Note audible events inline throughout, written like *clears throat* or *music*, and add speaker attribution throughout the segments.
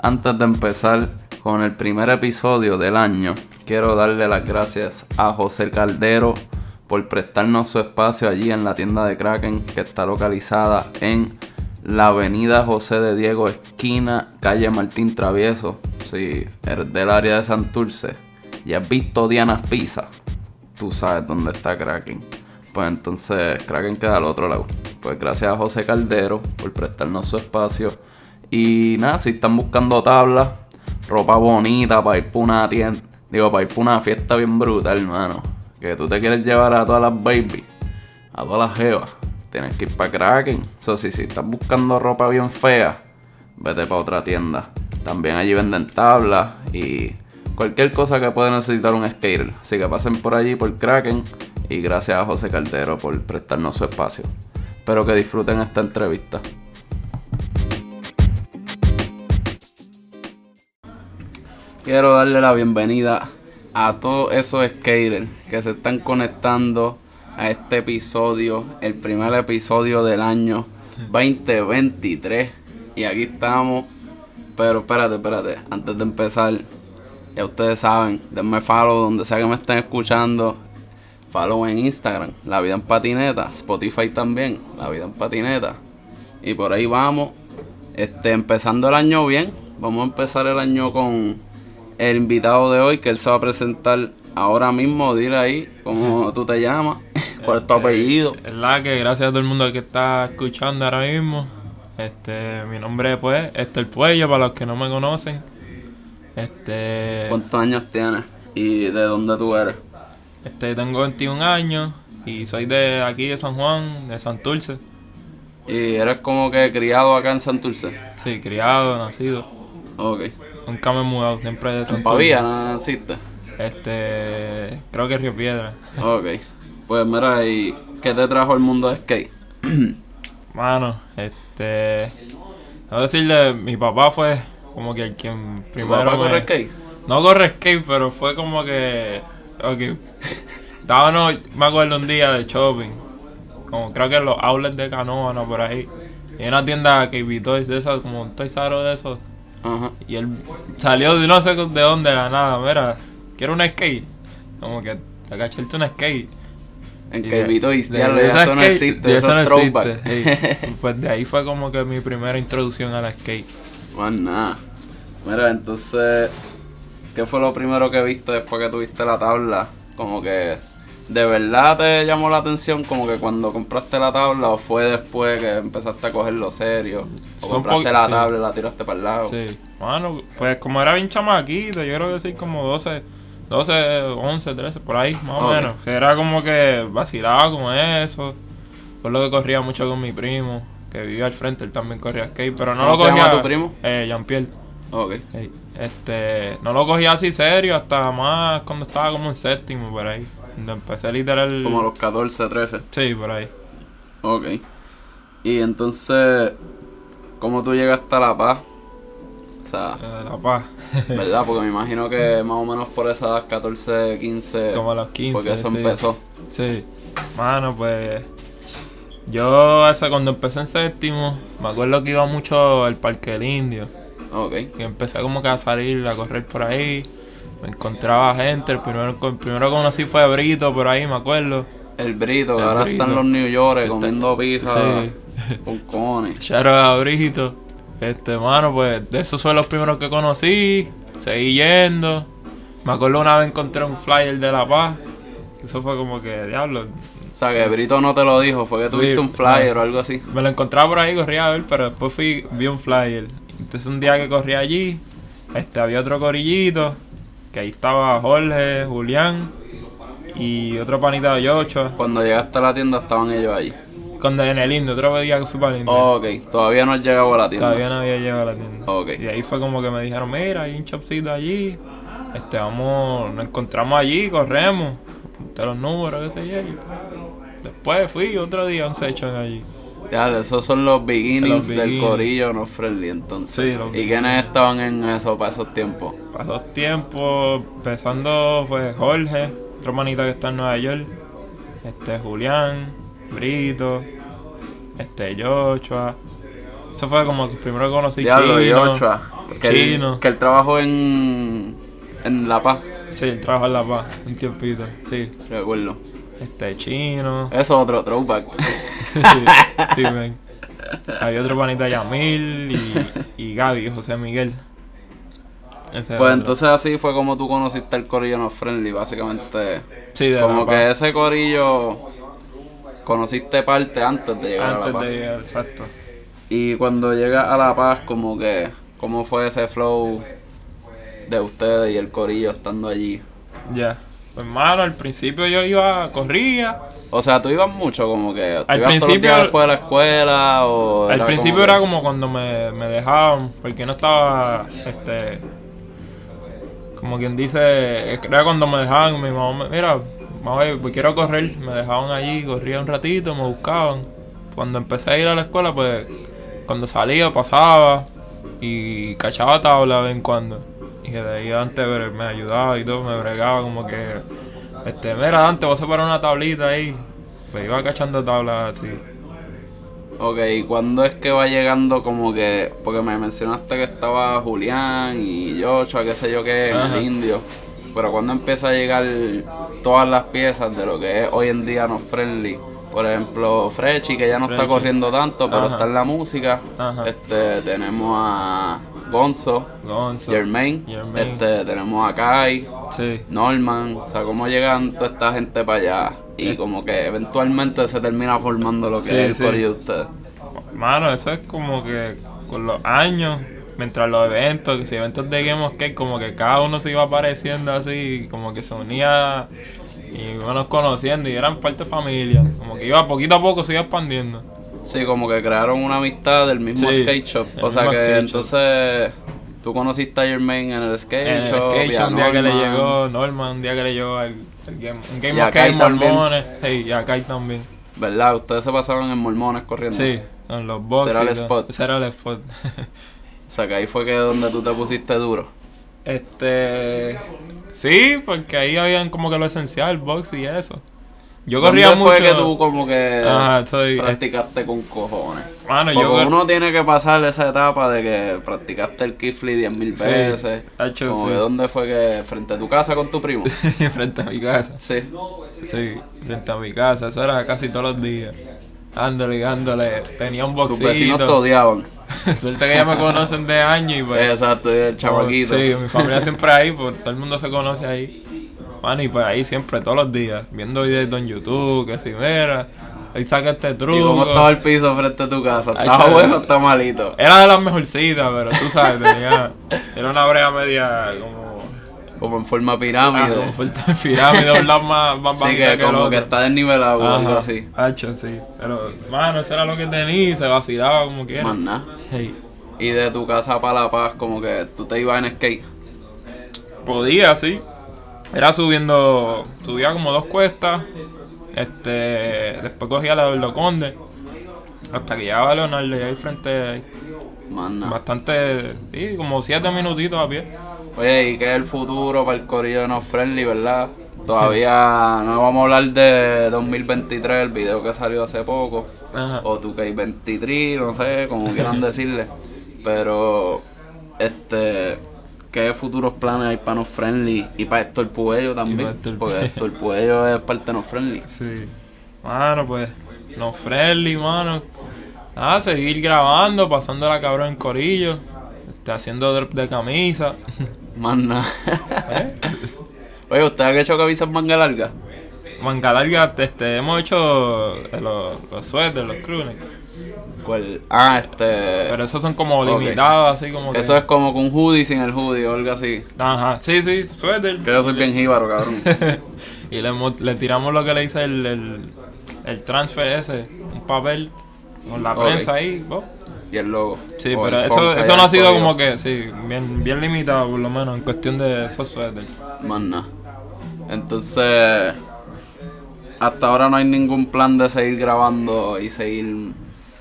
Speaker 1: Antes de empezar con el primer episodio del año, quiero darle las gracias a José Caldero por prestarnos su espacio allí en la tienda de Kraken que está localizada en la avenida José de Diego, esquina calle Martín Travieso, si eres del área de Santurce y has visto Diana's Pizza, tú sabes dónde está Kraken. Pues entonces Kraken queda al otro lado. Pues gracias a José Caldero por prestarnos su espacio. Y nada, si están buscando tablas, ropa bonita para ir para una tienda, digo, para ir para una fiesta bien brutal, hermano. Que tú te quieres llevar a todas las baby, a todas las jevas, tienes que ir para Kraken. Eso sí, si estás buscando ropa bien fea, vete para otra tienda. También allí venden tablas y cualquier cosa que pueda necesitar un skater. Así que pasen por allí por Kraken y gracias a José Caldero por prestarnos su espacio. Espero que disfruten esta entrevista. Quiero darle la bienvenida a todos esos skaters que se están conectando a este episodio, el primer episodio del año 2023. Y aquí estamos. Pero espérate, espérate, antes de empezar, ya ustedes saben, denme follow donde sea que me estén escuchando. Follow en Instagram, La Vida en Patineta, Spotify también, La Vida en Patineta. Y por ahí vamos, este, empezando el año bien. Vamos a empezar el año con el invitado de hoy, que él se va a presentar ahora mismo. Dile ahí cómo tú te llamas, *laughs* cuál es tu
Speaker 2: Este,
Speaker 1: apellido.
Speaker 2: Es la que gracias a todo el mundo que está escuchando ahora mismo. Este, mi nombre pues, Héctor Puello, para los que no me conocen. Este,
Speaker 1: ¿Cuántos años tienes? ¿Y de dónde tú eres?
Speaker 2: este, tengo 21 años y soy de aquí de San Juan, de Santurce.
Speaker 1: ¿Y eres como que criado acá en Santurce?
Speaker 2: Sí, criado, nacido.
Speaker 1: Ok.
Speaker 2: Nunca me he mudado, siempre de Santurce.
Speaker 1: Pavía naciste.
Speaker 2: Este, creo que Río Piedra.
Speaker 1: Ok. Pues mira, ¿y qué te trajo el mundo de skate? *clears throat*
Speaker 2: Mano, este, debo decirle, mi papá fue como que el quien
Speaker 1: ¿Tu
Speaker 2: primero
Speaker 1: papá
Speaker 2: me-
Speaker 1: corre skate?
Speaker 2: No corre skate, pero fue como que. Ok. Estaba, no, me acuerdo un día de shopping. Como creo que en los outlets de Canoa, no, por ahí. Y en una tienda que Toys de esas, como un Toys R Us de esos.
Speaker 1: Ajá.
Speaker 2: Y él salió de no sé de dónde, de la nada. Mira, quiero un skate. Como que te cachaste un skate.
Speaker 1: En
Speaker 2: Y
Speaker 1: que
Speaker 2: de-
Speaker 1: Vito y
Speaker 2: de-
Speaker 1: Diablo,
Speaker 2: de
Speaker 1: ya
Speaker 2: esas
Speaker 1: eso no
Speaker 2: skate-
Speaker 1: existe,
Speaker 2: de
Speaker 1: eso es
Speaker 2: esas no
Speaker 1: throwback. *laughs*
Speaker 2: existe, sí. Pues de ahí fue como que mi primera introducción al skate.
Speaker 1: Más Pues nada. Mira, entonces, ¿qué fue lo primero que viste después que tuviste la tabla? Como que, ¿de verdad te llamó la atención como que cuando compraste la tabla o fue después que empezaste a cogerlo serio? O
Speaker 2: Fue un
Speaker 1: compraste
Speaker 2: poqu-
Speaker 1: la
Speaker 2: sí.
Speaker 1: tabla y la tiraste para el lado.
Speaker 2: Sí, mano, pues como era bien chamaquito, yo creo que sí, como 12, 12, 11, 13, por ahí, más o
Speaker 1: Ok.
Speaker 2: menos. Que era como que vacilaba con eso. Por lo que corría mucho con mi primo, que vivía al frente, él también corría skate, pero no
Speaker 1: ¿Cómo
Speaker 2: lo
Speaker 1: se
Speaker 2: cogía.
Speaker 1: llama tu primo?
Speaker 2: Eh, Jean-Pierre.
Speaker 1: Ok.
Speaker 2: Ey, Este, no lo cogía así serio hasta más cuando estaba como en séptimo, por ahí. Cuando empecé literal.
Speaker 1: Como a los 14, 13.
Speaker 2: Sí, por ahí.
Speaker 1: Ok. Y entonces, ¿cómo tú llegaste a La Paz? O sea,
Speaker 2: eh, La
Speaker 1: *laughs*
Speaker 2: paz.
Speaker 1: ¿verdad? Porque me imagino que más o menos por esas edad, 14, 15.
Speaker 2: como a los 15.
Speaker 1: Porque eso
Speaker 2: sí.
Speaker 1: empezó.
Speaker 2: Sí, mano, pues. Yo, esa, cuando empecé en séptimo, me acuerdo que iba mucho al Parque del Indio.
Speaker 1: Ok.
Speaker 2: Y empecé como que a salir, a correr por ahí. Me encontraba gente. El primero, el primero que conocí fue a Brito, por ahí, me acuerdo.
Speaker 1: El Brito, que
Speaker 2: El
Speaker 1: ahora
Speaker 2: Brito.
Speaker 1: están los New Yorkers comiendo pizza
Speaker 2: Sí.
Speaker 1: con
Speaker 2: *laughs*
Speaker 1: cones.
Speaker 2: Charo a Brito. Este, mano, pues de esos son los primeros que conocí. Seguí yendo. Me acuerdo una vez encontré un flyer de La Paz. Eso fue como que, diablo,
Speaker 1: O sea, que Brito no te lo dijo, fue que tuviste
Speaker 2: Sí,
Speaker 1: un flyer o algo así.
Speaker 2: Me lo encontraba por ahí, corría a ver, pero después fui, vi un flyer. Entonces un día que corrí allí, este, había otro corillito, que ahí estaba Jorge, Julián y otro panita de Yocho.
Speaker 1: Cuando llegaste a la tienda estaban ellos allí.
Speaker 2: Cuando en el Indo, otro día que fui para el
Speaker 1: Oh,
Speaker 2: Indo.
Speaker 1: Ok, todavía no has llegado a la tienda.
Speaker 2: Todavía no había llegado a la tienda.
Speaker 1: Ok.
Speaker 2: Y ahí fue como que me dijeron, mira, hay un chopcito allí. Este, vamos, nos encontramos allí, corremos. Apunté los números, qué sé yo. y- Después fui otro día a un session allí.
Speaker 1: Ya, esos son los beginnings
Speaker 2: Los
Speaker 1: del
Speaker 2: beginnings.
Speaker 1: corillo no friendly entonces.
Speaker 2: Sí, los
Speaker 1: ¿Y quiénes estaban en eso para esos tiempos?
Speaker 2: Pasó tiempo, empezando pues Jorge, otro manito que está en Nueva York, este Julián, Brito, este Joshua. Eso fue como que primero que conocí
Speaker 1: Diablo,
Speaker 2: Chino.
Speaker 1: Yoshua. Que
Speaker 2: Chino.
Speaker 1: Él, que él trabajó en, en La Paz,
Speaker 2: Sí, él trabajó en La Paz un tiempito. Sí.
Speaker 1: recuerdo. *laughs*
Speaker 2: Este chino.
Speaker 1: Eso es otro
Speaker 2: *laughs*
Speaker 1: throwback.
Speaker 2: sí, sí, ven. Había otro panita Yamil y, y Gaby, José Miguel. Ese era
Speaker 1: Pues
Speaker 2: otro.
Speaker 1: entonces así fue como tú conociste el corillo No Friendly, básicamente.
Speaker 2: Sí, de
Speaker 1: como
Speaker 2: La Paz.
Speaker 1: que ese corillo conociste parte antes de llegar a La
Speaker 2: Antes
Speaker 1: Paz.
Speaker 2: de llegar, exacto.
Speaker 1: Y cuando llegas a La Paz, como que, ¿cómo fue ese flow de ustedes y el corillo estando allí?
Speaker 2: Ya. Pues, Hermano, al principio yo iba, corría.
Speaker 1: O sea, tú ibas mucho, como que. ¿tú
Speaker 2: Al
Speaker 1: ibas todos los días
Speaker 2: principio-
Speaker 1: después de la escuela? O
Speaker 2: Al principio
Speaker 1: que-
Speaker 2: era como cuando me, me dejaban, porque no estaba, este, como quien dice, era cuando me dejaban, mi mamá, me, mira, mamá, yo pues quiero correr, me dejaban allí, corría un ratito, me buscaban. Cuando empecé a ir a la escuela, pues, cuando salía, pasaba y cachaba tabla de vez en cuando. Y de ahí antes me ayudaba y todo, me bregaba como que, este, mira, Dante, voy a separar una tablita ahí. Pues iba cachando tablas así.
Speaker 1: Ok, ¿y cuándo es que va llegando como que.? Porque me mencionaste que estaba Julián y Joshua, qué sé yo qué, en
Speaker 2: Ajá.
Speaker 1: el indio. Pero ¿cuándo empieza a llegar todas las piezas de lo que es hoy en día No Friendly? Por ejemplo, Frechi, que ya no está
Speaker 2: Frechi.
Speaker 1: corriendo tanto, pero
Speaker 2: Ajá.
Speaker 1: está en la música.
Speaker 2: Ajá.
Speaker 1: Este, tenemos a Gonzo,
Speaker 2: Gonzo.
Speaker 1: Jermaine,
Speaker 2: Jermaine.
Speaker 1: Este, tenemos a Kai,
Speaker 2: Sí.
Speaker 1: Norman, o sea, cómo llegan toda esta gente para allá y como que eventualmente se termina formando lo que
Speaker 2: Eh. Sí,
Speaker 1: es el
Speaker 2: sí.
Speaker 1: corillo de ustedes.
Speaker 2: Mano, eso es como que con los años, mientras los eventos, que si eventos de Game of Cake, como que cada uno se iba apareciendo así, como que se unía y íbamos conociendo y eran parte de familia. Como que iba poquito a poco, se iba expandiendo.
Speaker 1: Sí, como que crearon una amistad del mismo
Speaker 2: Sí,
Speaker 1: skate shop.
Speaker 2: del
Speaker 1: O sea
Speaker 2: mismo
Speaker 1: que
Speaker 2: skate shop.
Speaker 1: entonces tú conociste a Jermaine en el skate
Speaker 2: En el
Speaker 1: shop.
Speaker 2: Eh, skate
Speaker 1: y a
Speaker 2: shop, un día que le
Speaker 1: Norman.
Speaker 2: llegó Norman, un día que le llegó al, al Game, un
Speaker 1: Y
Speaker 2: Game
Speaker 1: a
Speaker 2: of Cake,
Speaker 1: Kai también.
Speaker 2: Mormones, hey, y acá también.
Speaker 1: ¿Verdad? Ustedes se pasaban en mormones corriendo.
Speaker 2: Sí, en los boxes.
Speaker 1: Será el
Speaker 2: y todo.
Speaker 1: spot.
Speaker 2: Será el spot. *laughs*
Speaker 1: O sea que ahí fue que donde tú te pusiste duro.
Speaker 2: Este. Sí, porque ahí habían como que lo esencial, box y eso. Yo corría
Speaker 1: ¿Dónde
Speaker 2: mucho.
Speaker 1: fue que tú como que
Speaker 2: Ajá, estoy- eh.
Speaker 1: practicaste con cojones?
Speaker 2: Mano, yo
Speaker 1: Porque
Speaker 2: cor-
Speaker 1: uno tiene que pasar esa etapa de que practicaste el kifli 10.000
Speaker 2: Sí,
Speaker 1: veces.
Speaker 2: tacho,
Speaker 1: como
Speaker 2: sí.
Speaker 1: que dónde fue que frente a tu casa con tu
Speaker 2: *laughs*
Speaker 1: primo.
Speaker 2: frente a mi casa.
Speaker 1: sí.
Speaker 2: Sí, frente a mi casa. Eso era casi todos los días. Ándale, ándale. Tenía un
Speaker 1: Tus vecinos te
Speaker 2: *laughs* boxito.
Speaker 1: odiaban.
Speaker 2: Suerte que ya me conocen de años y pues.
Speaker 1: Exacto, y el Eh, chamaquito.
Speaker 2: Sí, mi familia siempre ahí, pues todo el mundo se conoce ahí. Mano, y pues ahí siempre, todos los días. Viendo videos en YouTube, que si mira. Ahí saca este truco.
Speaker 1: ¿Y cómo estaba el piso frente a tu casa?
Speaker 2: Ay,
Speaker 1: ¿Estaba
Speaker 2: chaval.
Speaker 1: bueno o está malito?
Speaker 2: Era de las mejorcitas, pero tú sabes, tenía. era una brea media como.
Speaker 1: Como en forma
Speaker 2: Ah,
Speaker 1: pirámide.
Speaker 2: como fuerte *laughs* de pirámide, un lado más, más
Speaker 1: Así
Speaker 2: bajita
Speaker 1: que
Speaker 2: que, el
Speaker 1: como
Speaker 2: otro.
Speaker 1: que está desnivelado o algo
Speaker 2: Ajá,
Speaker 1: así.
Speaker 2: hacho, sí. Pero, mano, eso era lo que tenía y se vacilaba como quiera.
Speaker 1: Más nada.
Speaker 2: Hey,
Speaker 1: Y de tu casa para La Paz, como que tú te ibas en skate.
Speaker 2: podía, sí. Era subiendo. Subía como dos cuestas. Este. Después cogía la del Conde. Hasta que llegaba Leonardo y ahí frente.
Speaker 1: Más nada.
Speaker 2: Bastante. Sí, como siete minutitos a pie.
Speaker 1: Oye, ¿y qué es el futuro para el corillo No Friendly, verdad? Todavía no vamos a hablar de 2023, el video que salió hace poco.
Speaker 2: Ajá.
Speaker 1: o tu K23, no sé, como
Speaker 2: *laughs*
Speaker 1: quieran decirle. Pero, este, ¿qué futuros planes hay para No Friendly? Y para Héctor Puello
Speaker 2: para
Speaker 1: también,
Speaker 2: Héctor
Speaker 1: porque
Speaker 2: Puello.
Speaker 1: Héctor Puello es parte de No Friendly.
Speaker 2: Sí. Mano, pues, no friendly, mano. Nada, seguir grabando, pasando la cabrón en corillo, este, haciendo drop de camisa. *laughs*
Speaker 1: Más nada.
Speaker 2: ¿Eh?
Speaker 1: Oye, ¿ustedes han hecho camisas manga larga?
Speaker 2: Manga larga, este, hemos hecho eh, los, los suéteres, los crewnecks.
Speaker 1: ¿Cuál? Ah, este,
Speaker 2: Pero esos son como
Speaker 1: Ok.
Speaker 2: limitados, así como que.
Speaker 1: eso es como con hoodie sin el hoodie o algo así.
Speaker 2: Ajá, sí, sí, suéter.
Speaker 1: Que yo soy bien jíbaro, cabrón.
Speaker 2: *laughs* y le, mo- le tiramos lo que le dice el, el, el transfer ese, un papel con la
Speaker 1: Ok.
Speaker 2: prensa ahí, ¿vo?
Speaker 1: Y el logo.
Speaker 2: Sí,
Speaker 1: O
Speaker 2: pero
Speaker 1: el
Speaker 2: eso,
Speaker 1: font que
Speaker 2: eso
Speaker 1: hay
Speaker 2: no ha
Speaker 1: en el
Speaker 2: sido
Speaker 1: código.
Speaker 2: como que, sí, bien, bien limitado por lo menos en cuestión de esos suéteres.
Speaker 1: Más nada. Entonces, hasta ahora no hay ningún plan de seguir grabando y seguir.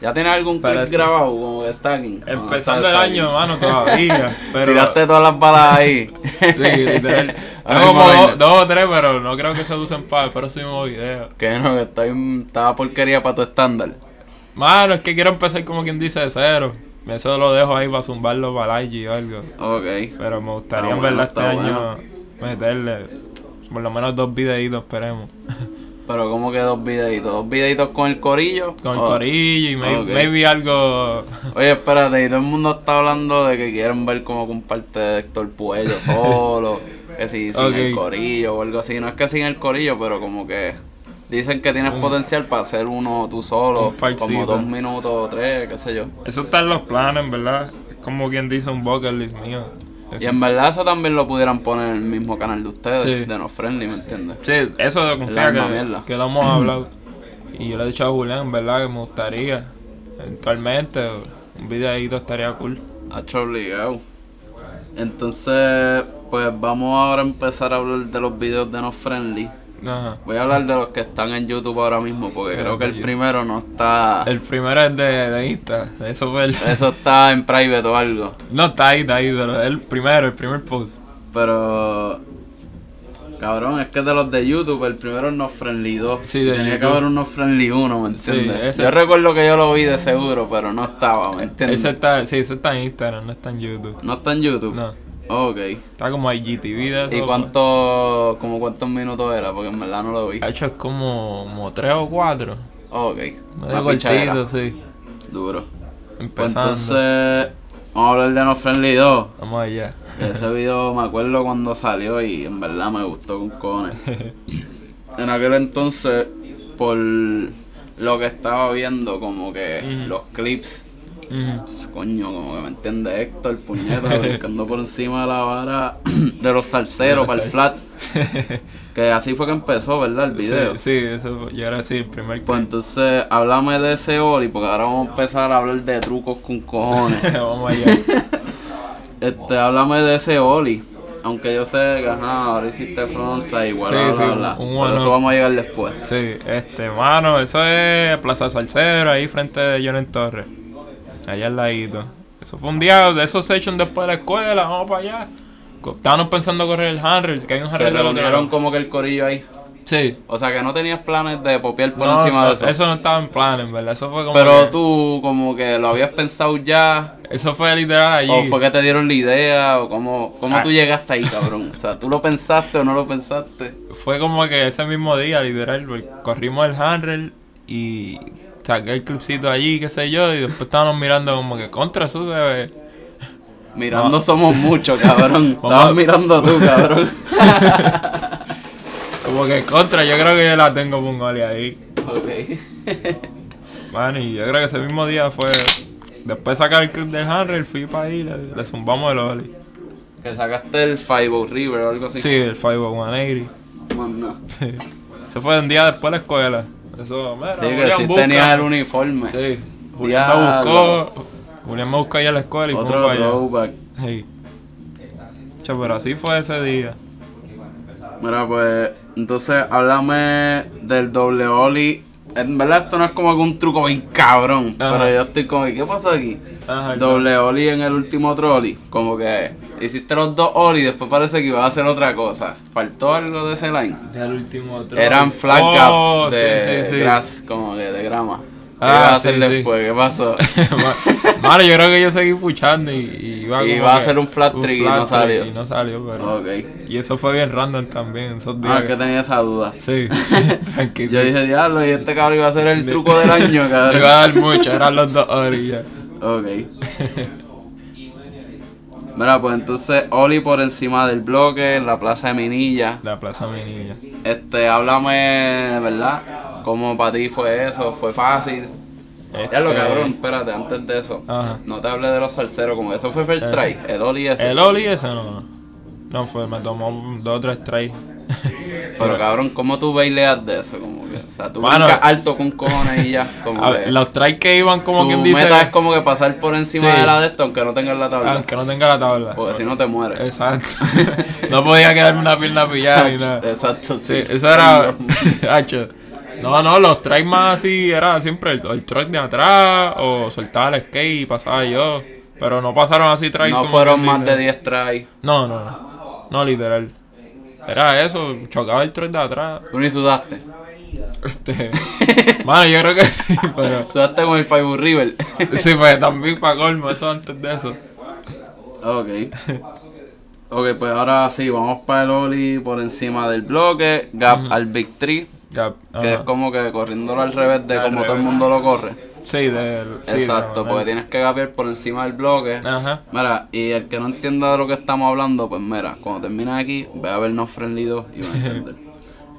Speaker 1: ¿Ya tienes algún clip
Speaker 2: Espérate.
Speaker 1: grabado como que stacking? No,
Speaker 2: Empezando
Speaker 1: está
Speaker 2: el
Speaker 1: stacking.
Speaker 2: año, hermano,
Speaker 1: *laughs*
Speaker 2: todavía. Pero,
Speaker 1: Tiraste todas las balas ahí.
Speaker 2: *laughs*
Speaker 1: *laughs*
Speaker 2: Sí, literal.
Speaker 1: Ahora
Speaker 2: Tengo
Speaker 1: mismo
Speaker 2: como
Speaker 1: vaina.
Speaker 2: dos, dos o tres, pero no creo que se usen para el próximo video.
Speaker 1: Que no, que está bien- estaba porquería para tu estándar.
Speaker 2: Mano, es que quiero empezar como quien dice de cero. Eso lo dejo ahí para zumbarlo para el IG o algo.
Speaker 1: Ok.
Speaker 2: Pero me gustaría
Speaker 1: Está
Speaker 2: en verdad
Speaker 1: Ah, bueno,
Speaker 2: este
Speaker 1: está
Speaker 2: año meterle por lo menos dos videitos, esperemos. *laughs*
Speaker 1: Pero como que dos videitos, dos videitos con el corillo.
Speaker 2: Con
Speaker 1: Oh.
Speaker 2: corillo y may-
Speaker 1: ok.
Speaker 2: maybe algo.
Speaker 1: Oye, espérate, y todo el mundo está hablando de que quieren ver cómo comparte Héctor Puello solo, que si sin el
Speaker 2: Ok.
Speaker 1: corillo o algo así. No es que sin el corillo, pero como que dicen que tienes potencial para hacer uno tú solo,
Speaker 2: Un parcito.
Speaker 1: como dos minutos o tres, qué sé yo.
Speaker 2: Eso está en los planes, en verdad. Es Como quien dice un bucket list mío. Es-
Speaker 1: Y en verdad eso también lo pudieran poner en el mismo canal de ustedes,
Speaker 2: Sí.
Speaker 1: de No Friendly, ¿me entiendes?
Speaker 2: Sí, eso
Speaker 1: La
Speaker 2: de confía
Speaker 1: misma
Speaker 2: que,
Speaker 1: mierda.
Speaker 2: que lo
Speaker 1: *clears throat*
Speaker 2: hemos hablado. Y yo le he dicho a Julián, en verdad, que me gustaría. Eventualmente, un videíto estaría cool.
Speaker 1: Hacho obligado. Entonces, pues vamos ahora a empezar a hablar de los videos de No Friendly.
Speaker 2: Ajá.
Speaker 1: Voy a hablar de los que están en YouTube ahora mismo, porque creo que el primero no está.
Speaker 2: El primero es de, de Insta, de eso fue el... *laughs*
Speaker 1: Eso está en private o algo.
Speaker 2: No, está ahí, está ahí, pero el primero, el primer post.
Speaker 1: Pero. Cabrón, es que de los de YouTube, el primero es No Friendly 2.
Speaker 2: Sí, de
Speaker 1: Tenía que
Speaker 2: YouTube.
Speaker 1: haber un No Friendly 1, ¿me
Speaker 2: Sí,
Speaker 1: entiendes?
Speaker 2: ese-
Speaker 1: Yo recuerdo que yo lo vi de seguro, pero no estaba, ¿me entiendes?
Speaker 2: Ese está, sí, ese está en Instagram, no está en YouTube.
Speaker 1: No está en YouTube.
Speaker 2: No,
Speaker 1: Ok.
Speaker 2: está como IGTV de
Speaker 1: ¿Y
Speaker 2: eso.
Speaker 1: cuánto, como cuántos minutos era? Porque en verdad no lo vi.
Speaker 2: Ha hecho como, como tres o cuatro.
Speaker 1: Ok.
Speaker 2: Me
Speaker 1: Una
Speaker 2: da
Speaker 1: pichadera.
Speaker 2: cortito, sí.
Speaker 1: Duro. Pues
Speaker 2: Empezando.
Speaker 1: entonces, vamos a hablar de No Friendly 2.
Speaker 2: Vamos allá.
Speaker 1: Ese video me acuerdo cuando salió y en verdad me gustó con cojones. En aquel entonces, por lo que estaba viendo, como que los clips,
Speaker 2: *laughs* Ujú.
Speaker 1: pues, coño, como que me entiende Héctor, puñeta, brincando por encima de la vara de los salseros para el flat. Que así fue que empezó, ¿verdad? El video.
Speaker 2: Sí, sí, eso fue- yo ahora sí, el primer
Speaker 1: Pues entonces, háblame de ese Oli, porque ahora vamos a empezar a hablar de trucos con cojones.
Speaker 2: *laughs* Vamos allá.
Speaker 1: Este, háblame de ese Oli. Aunque yo sé que ajá, ahora hiciste fronza igual,
Speaker 2: Sí,
Speaker 1: bla,
Speaker 2: sí,
Speaker 1: bla, bla.
Speaker 2: un
Speaker 1: Pero
Speaker 2: one-up.
Speaker 1: eso vamos a llegar después.
Speaker 2: Sí, este, mano, eso es Plaza Salcero, ahí frente de Jonen Torres. Allá al ladito. Eso fue un día de esos sessions después de la escuela, vamos para allá. Co- Estábamos pensando correr el handrail, que hay un
Speaker 1: Se
Speaker 2: handrail del otro
Speaker 1: reunieron
Speaker 2: lado.
Speaker 1: como que el corillo ahí.
Speaker 2: Sí.
Speaker 1: O sea que no tenías planes de popear por
Speaker 2: No,
Speaker 1: encima
Speaker 2: no,
Speaker 1: de eso.
Speaker 2: no estaba en plan, en verdad. Eso fue como.
Speaker 1: Pero
Speaker 2: que-
Speaker 1: tú como que lo habías pensado ya.
Speaker 2: Eso fue literal allí.
Speaker 1: O Oh, fue que te dieron la idea, o cómo, cómo
Speaker 2: Ah.
Speaker 1: tú llegaste ahí, cabrón. O sea, tú lo pensaste o no lo pensaste.
Speaker 2: Fue como que ese mismo día, literal, pues, corrimos el handrail y saqué el clipcito allí, qué sé yo, y después estábamos mirando como que contra eso se ve.
Speaker 1: Mirando somos muchos,
Speaker 2: *laughs*
Speaker 1: cabrón.
Speaker 2: Vamos
Speaker 1: Estabas
Speaker 2: a-
Speaker 1: mirando tú,
Speaker 2: *laughs*
Speaker 1: cabrón.
Speaker 2: Como que contra, yo creo que yo la tengo Pungoli ahí.
Speaker 1: ok. *laughs*
Speaker 2: Man, y yo creo que ese mismo día fue. Después de sacar el clip del handrail, fui para ahí, le, le zumbamos el Oli.
Speaker 1: que sacaste el Five River o algo así.
Speaker 2: Sí, el 5180.
Speaker 1: Más nada.
Speaker 2: Sí. Eso fue un día después de la escuela. Eso, mira,
Speaker 1: Sí, que
Speaker 2: Julián
Speaker 1: sí
Speaker 2: busca.
Speaker 1: tenías el uniforme.
Speaker 2: Sí, Julián me
Speaker 1: Diablo.
Speaker 2: buscó. Julián me buscó allá a la escuela y
Speaker 1: Otro
Speaker 2: fuimos para allá.
Speaker 1: throwback.
Speaker 2: Sí. Che, pero así fue ese día.
Speaker 1: Mira, pues, entonces háblame del doble oli. En verdad, esto no es como que un truco bien cabrón,
Speaker 2: Ajá.
Speaker 1: pero yo estoy como, que, ¿qué pasó aquí?
Speaker 2: Ajá,
Speaker 1: Doble oli en el último trolley. Como que hiciste los dos oli y después parece que ibas a hacer otra cosa. Faltó algo de ese line.
Speaker 2: Del último otro.
Speaker 1: Eran flat
Speaker 2: Oh,
Speaker 1: gaps de
Speaker 2: sí, sí, sí.
Speaker 1: grass, como que de grama. ¿Qué
Speaker 2: Ah,
Speaker 1: ibas a
Speaker 2: sí,
Speaker 1: hacer
Speaker 2: sí.
Speaker 1: después? ¿Qué
Speaker 2: *laughs*
Speaker 1: pasó?
Speaker 2: *laughs* Ma- Mano, yo creo que yo seguí puchando y, y
Speaker 1: Y
Speaker 2: iba, como
Speaker 1: iba a
Speaker 2: que-
Speaker 1: hacer un flat trick y
Speaker 2: flat
Speaker 1: no salió.
Speaker 2: trick Y no salió, pero.
Speaker 1: ok.
Speaker 2: Y eso fue bien random también, esos días.
Speaker 1: Ah, que tenía esa duda. *laughs*
Speaker 2: Sí, *laughs* tranquilo.
Speaker 1: Yo dije, diablo, y este cabrón iba a ser
Speaker 2: *laughs*
Speaker 1: el truco del año,
Speaker 2: Le iba
Speaker 1: cabrón.
Speaker 2: a dar mucho, eran los dos orillas.
Speaker 1: Ok. Mira, pues entonces, Oli por encima del bloque, en la plaza de Minilla.
Speaker 2: La plaza mi niña.
Speaker 1: Este, háblame, ¿verdad? ¿Cómo para ti fue eso? ¿Fue fácil? Ya lo
Speaker 2: Este,
Speaker 1: cabrón, espérate, antes de eso.
Speaker 2: Ajá.
Speaker 1: No te hablé de los salseros, como eso fue First Strike, el Oli ese.
Speaker 2: El Oli ese no, no. No fue, me tomó dos o tres *laughs* strikes.
Speaker 1: Pero cabrón, ¿cómo tú baileas de eso? Como que, o sea, tú
Speaker 2: Mano.
Speaker 1: brincas alto con cojones y ya. Como
Speaker 2: A ver,
Speaker 1: que,
Speaker 2: los strikes que iban como
Speaker 1: tu
Speaker 2: quien dice.
Speaker 1: meta es como que pasar por encima
Speaker 2: Sí. Ah,
Speaker 1: de la de esto, aunque no tengas la tabla.
Speaker 2: Aunque no tenga la tabla.
Speaker 1: Porque si no te mueres. *laughs*
Speaker 2: Exacto. *laughs* no podía quedarme una pierna pillada Eh, ni nada.
Speaker 1: Exacto, sí.
Speaker 2: Sí, eso *laughs* era. Hacho. No, no, los strikes más así era siempre el, el strike de atrás o soltaba el skate y pasaba yo. Pero no pasaron así strikes.
Speaker 1: No
Speaker 2: como
Speaker 1: fueron
Speaker 2: quien
Speaker 1: más
Speaker 2: dice.
Speaker 1: de 10 tries.
Speaker 2: No, no, no. No, literal. Era eso, chocaba el tren de atrás.
Speaker 1: Tú ni sudaste. *laughs*
Speaker 2: Este. Mano, yo creo que sí, pero.
Speaker 1: Sudaste con el Five River. *laughs*
Speaker 2: Sí, pues también para colmo, eso antes de eso.
Speaker 1: ok. Ok, pues ahora sí, vamos para el Oli por encima del bloque. Gap al Big Three.
Speaker 2: Ya.
Speaker 1: Que es
Speaker 2: ajá.
Speaker 1: como que corriéndolo al revés de
Speaker 2: Al
Speaker 1: como todo el
Speaker 2: revés.
Speaker 1: mundo lo corre.
Speaker 2: Sí, del. sí,
Speaker 1: Exacto,
Speaker 2: del-
Speaker 1: porque tienes que gapear por encima del bloque.
Speaker 2: Ajá.
Speaker 1: Mira, y el que no entienda de lo que estamos hablando, pues mira, cuando termines aquí, ve a vernos Friendly 2 y vas a entender.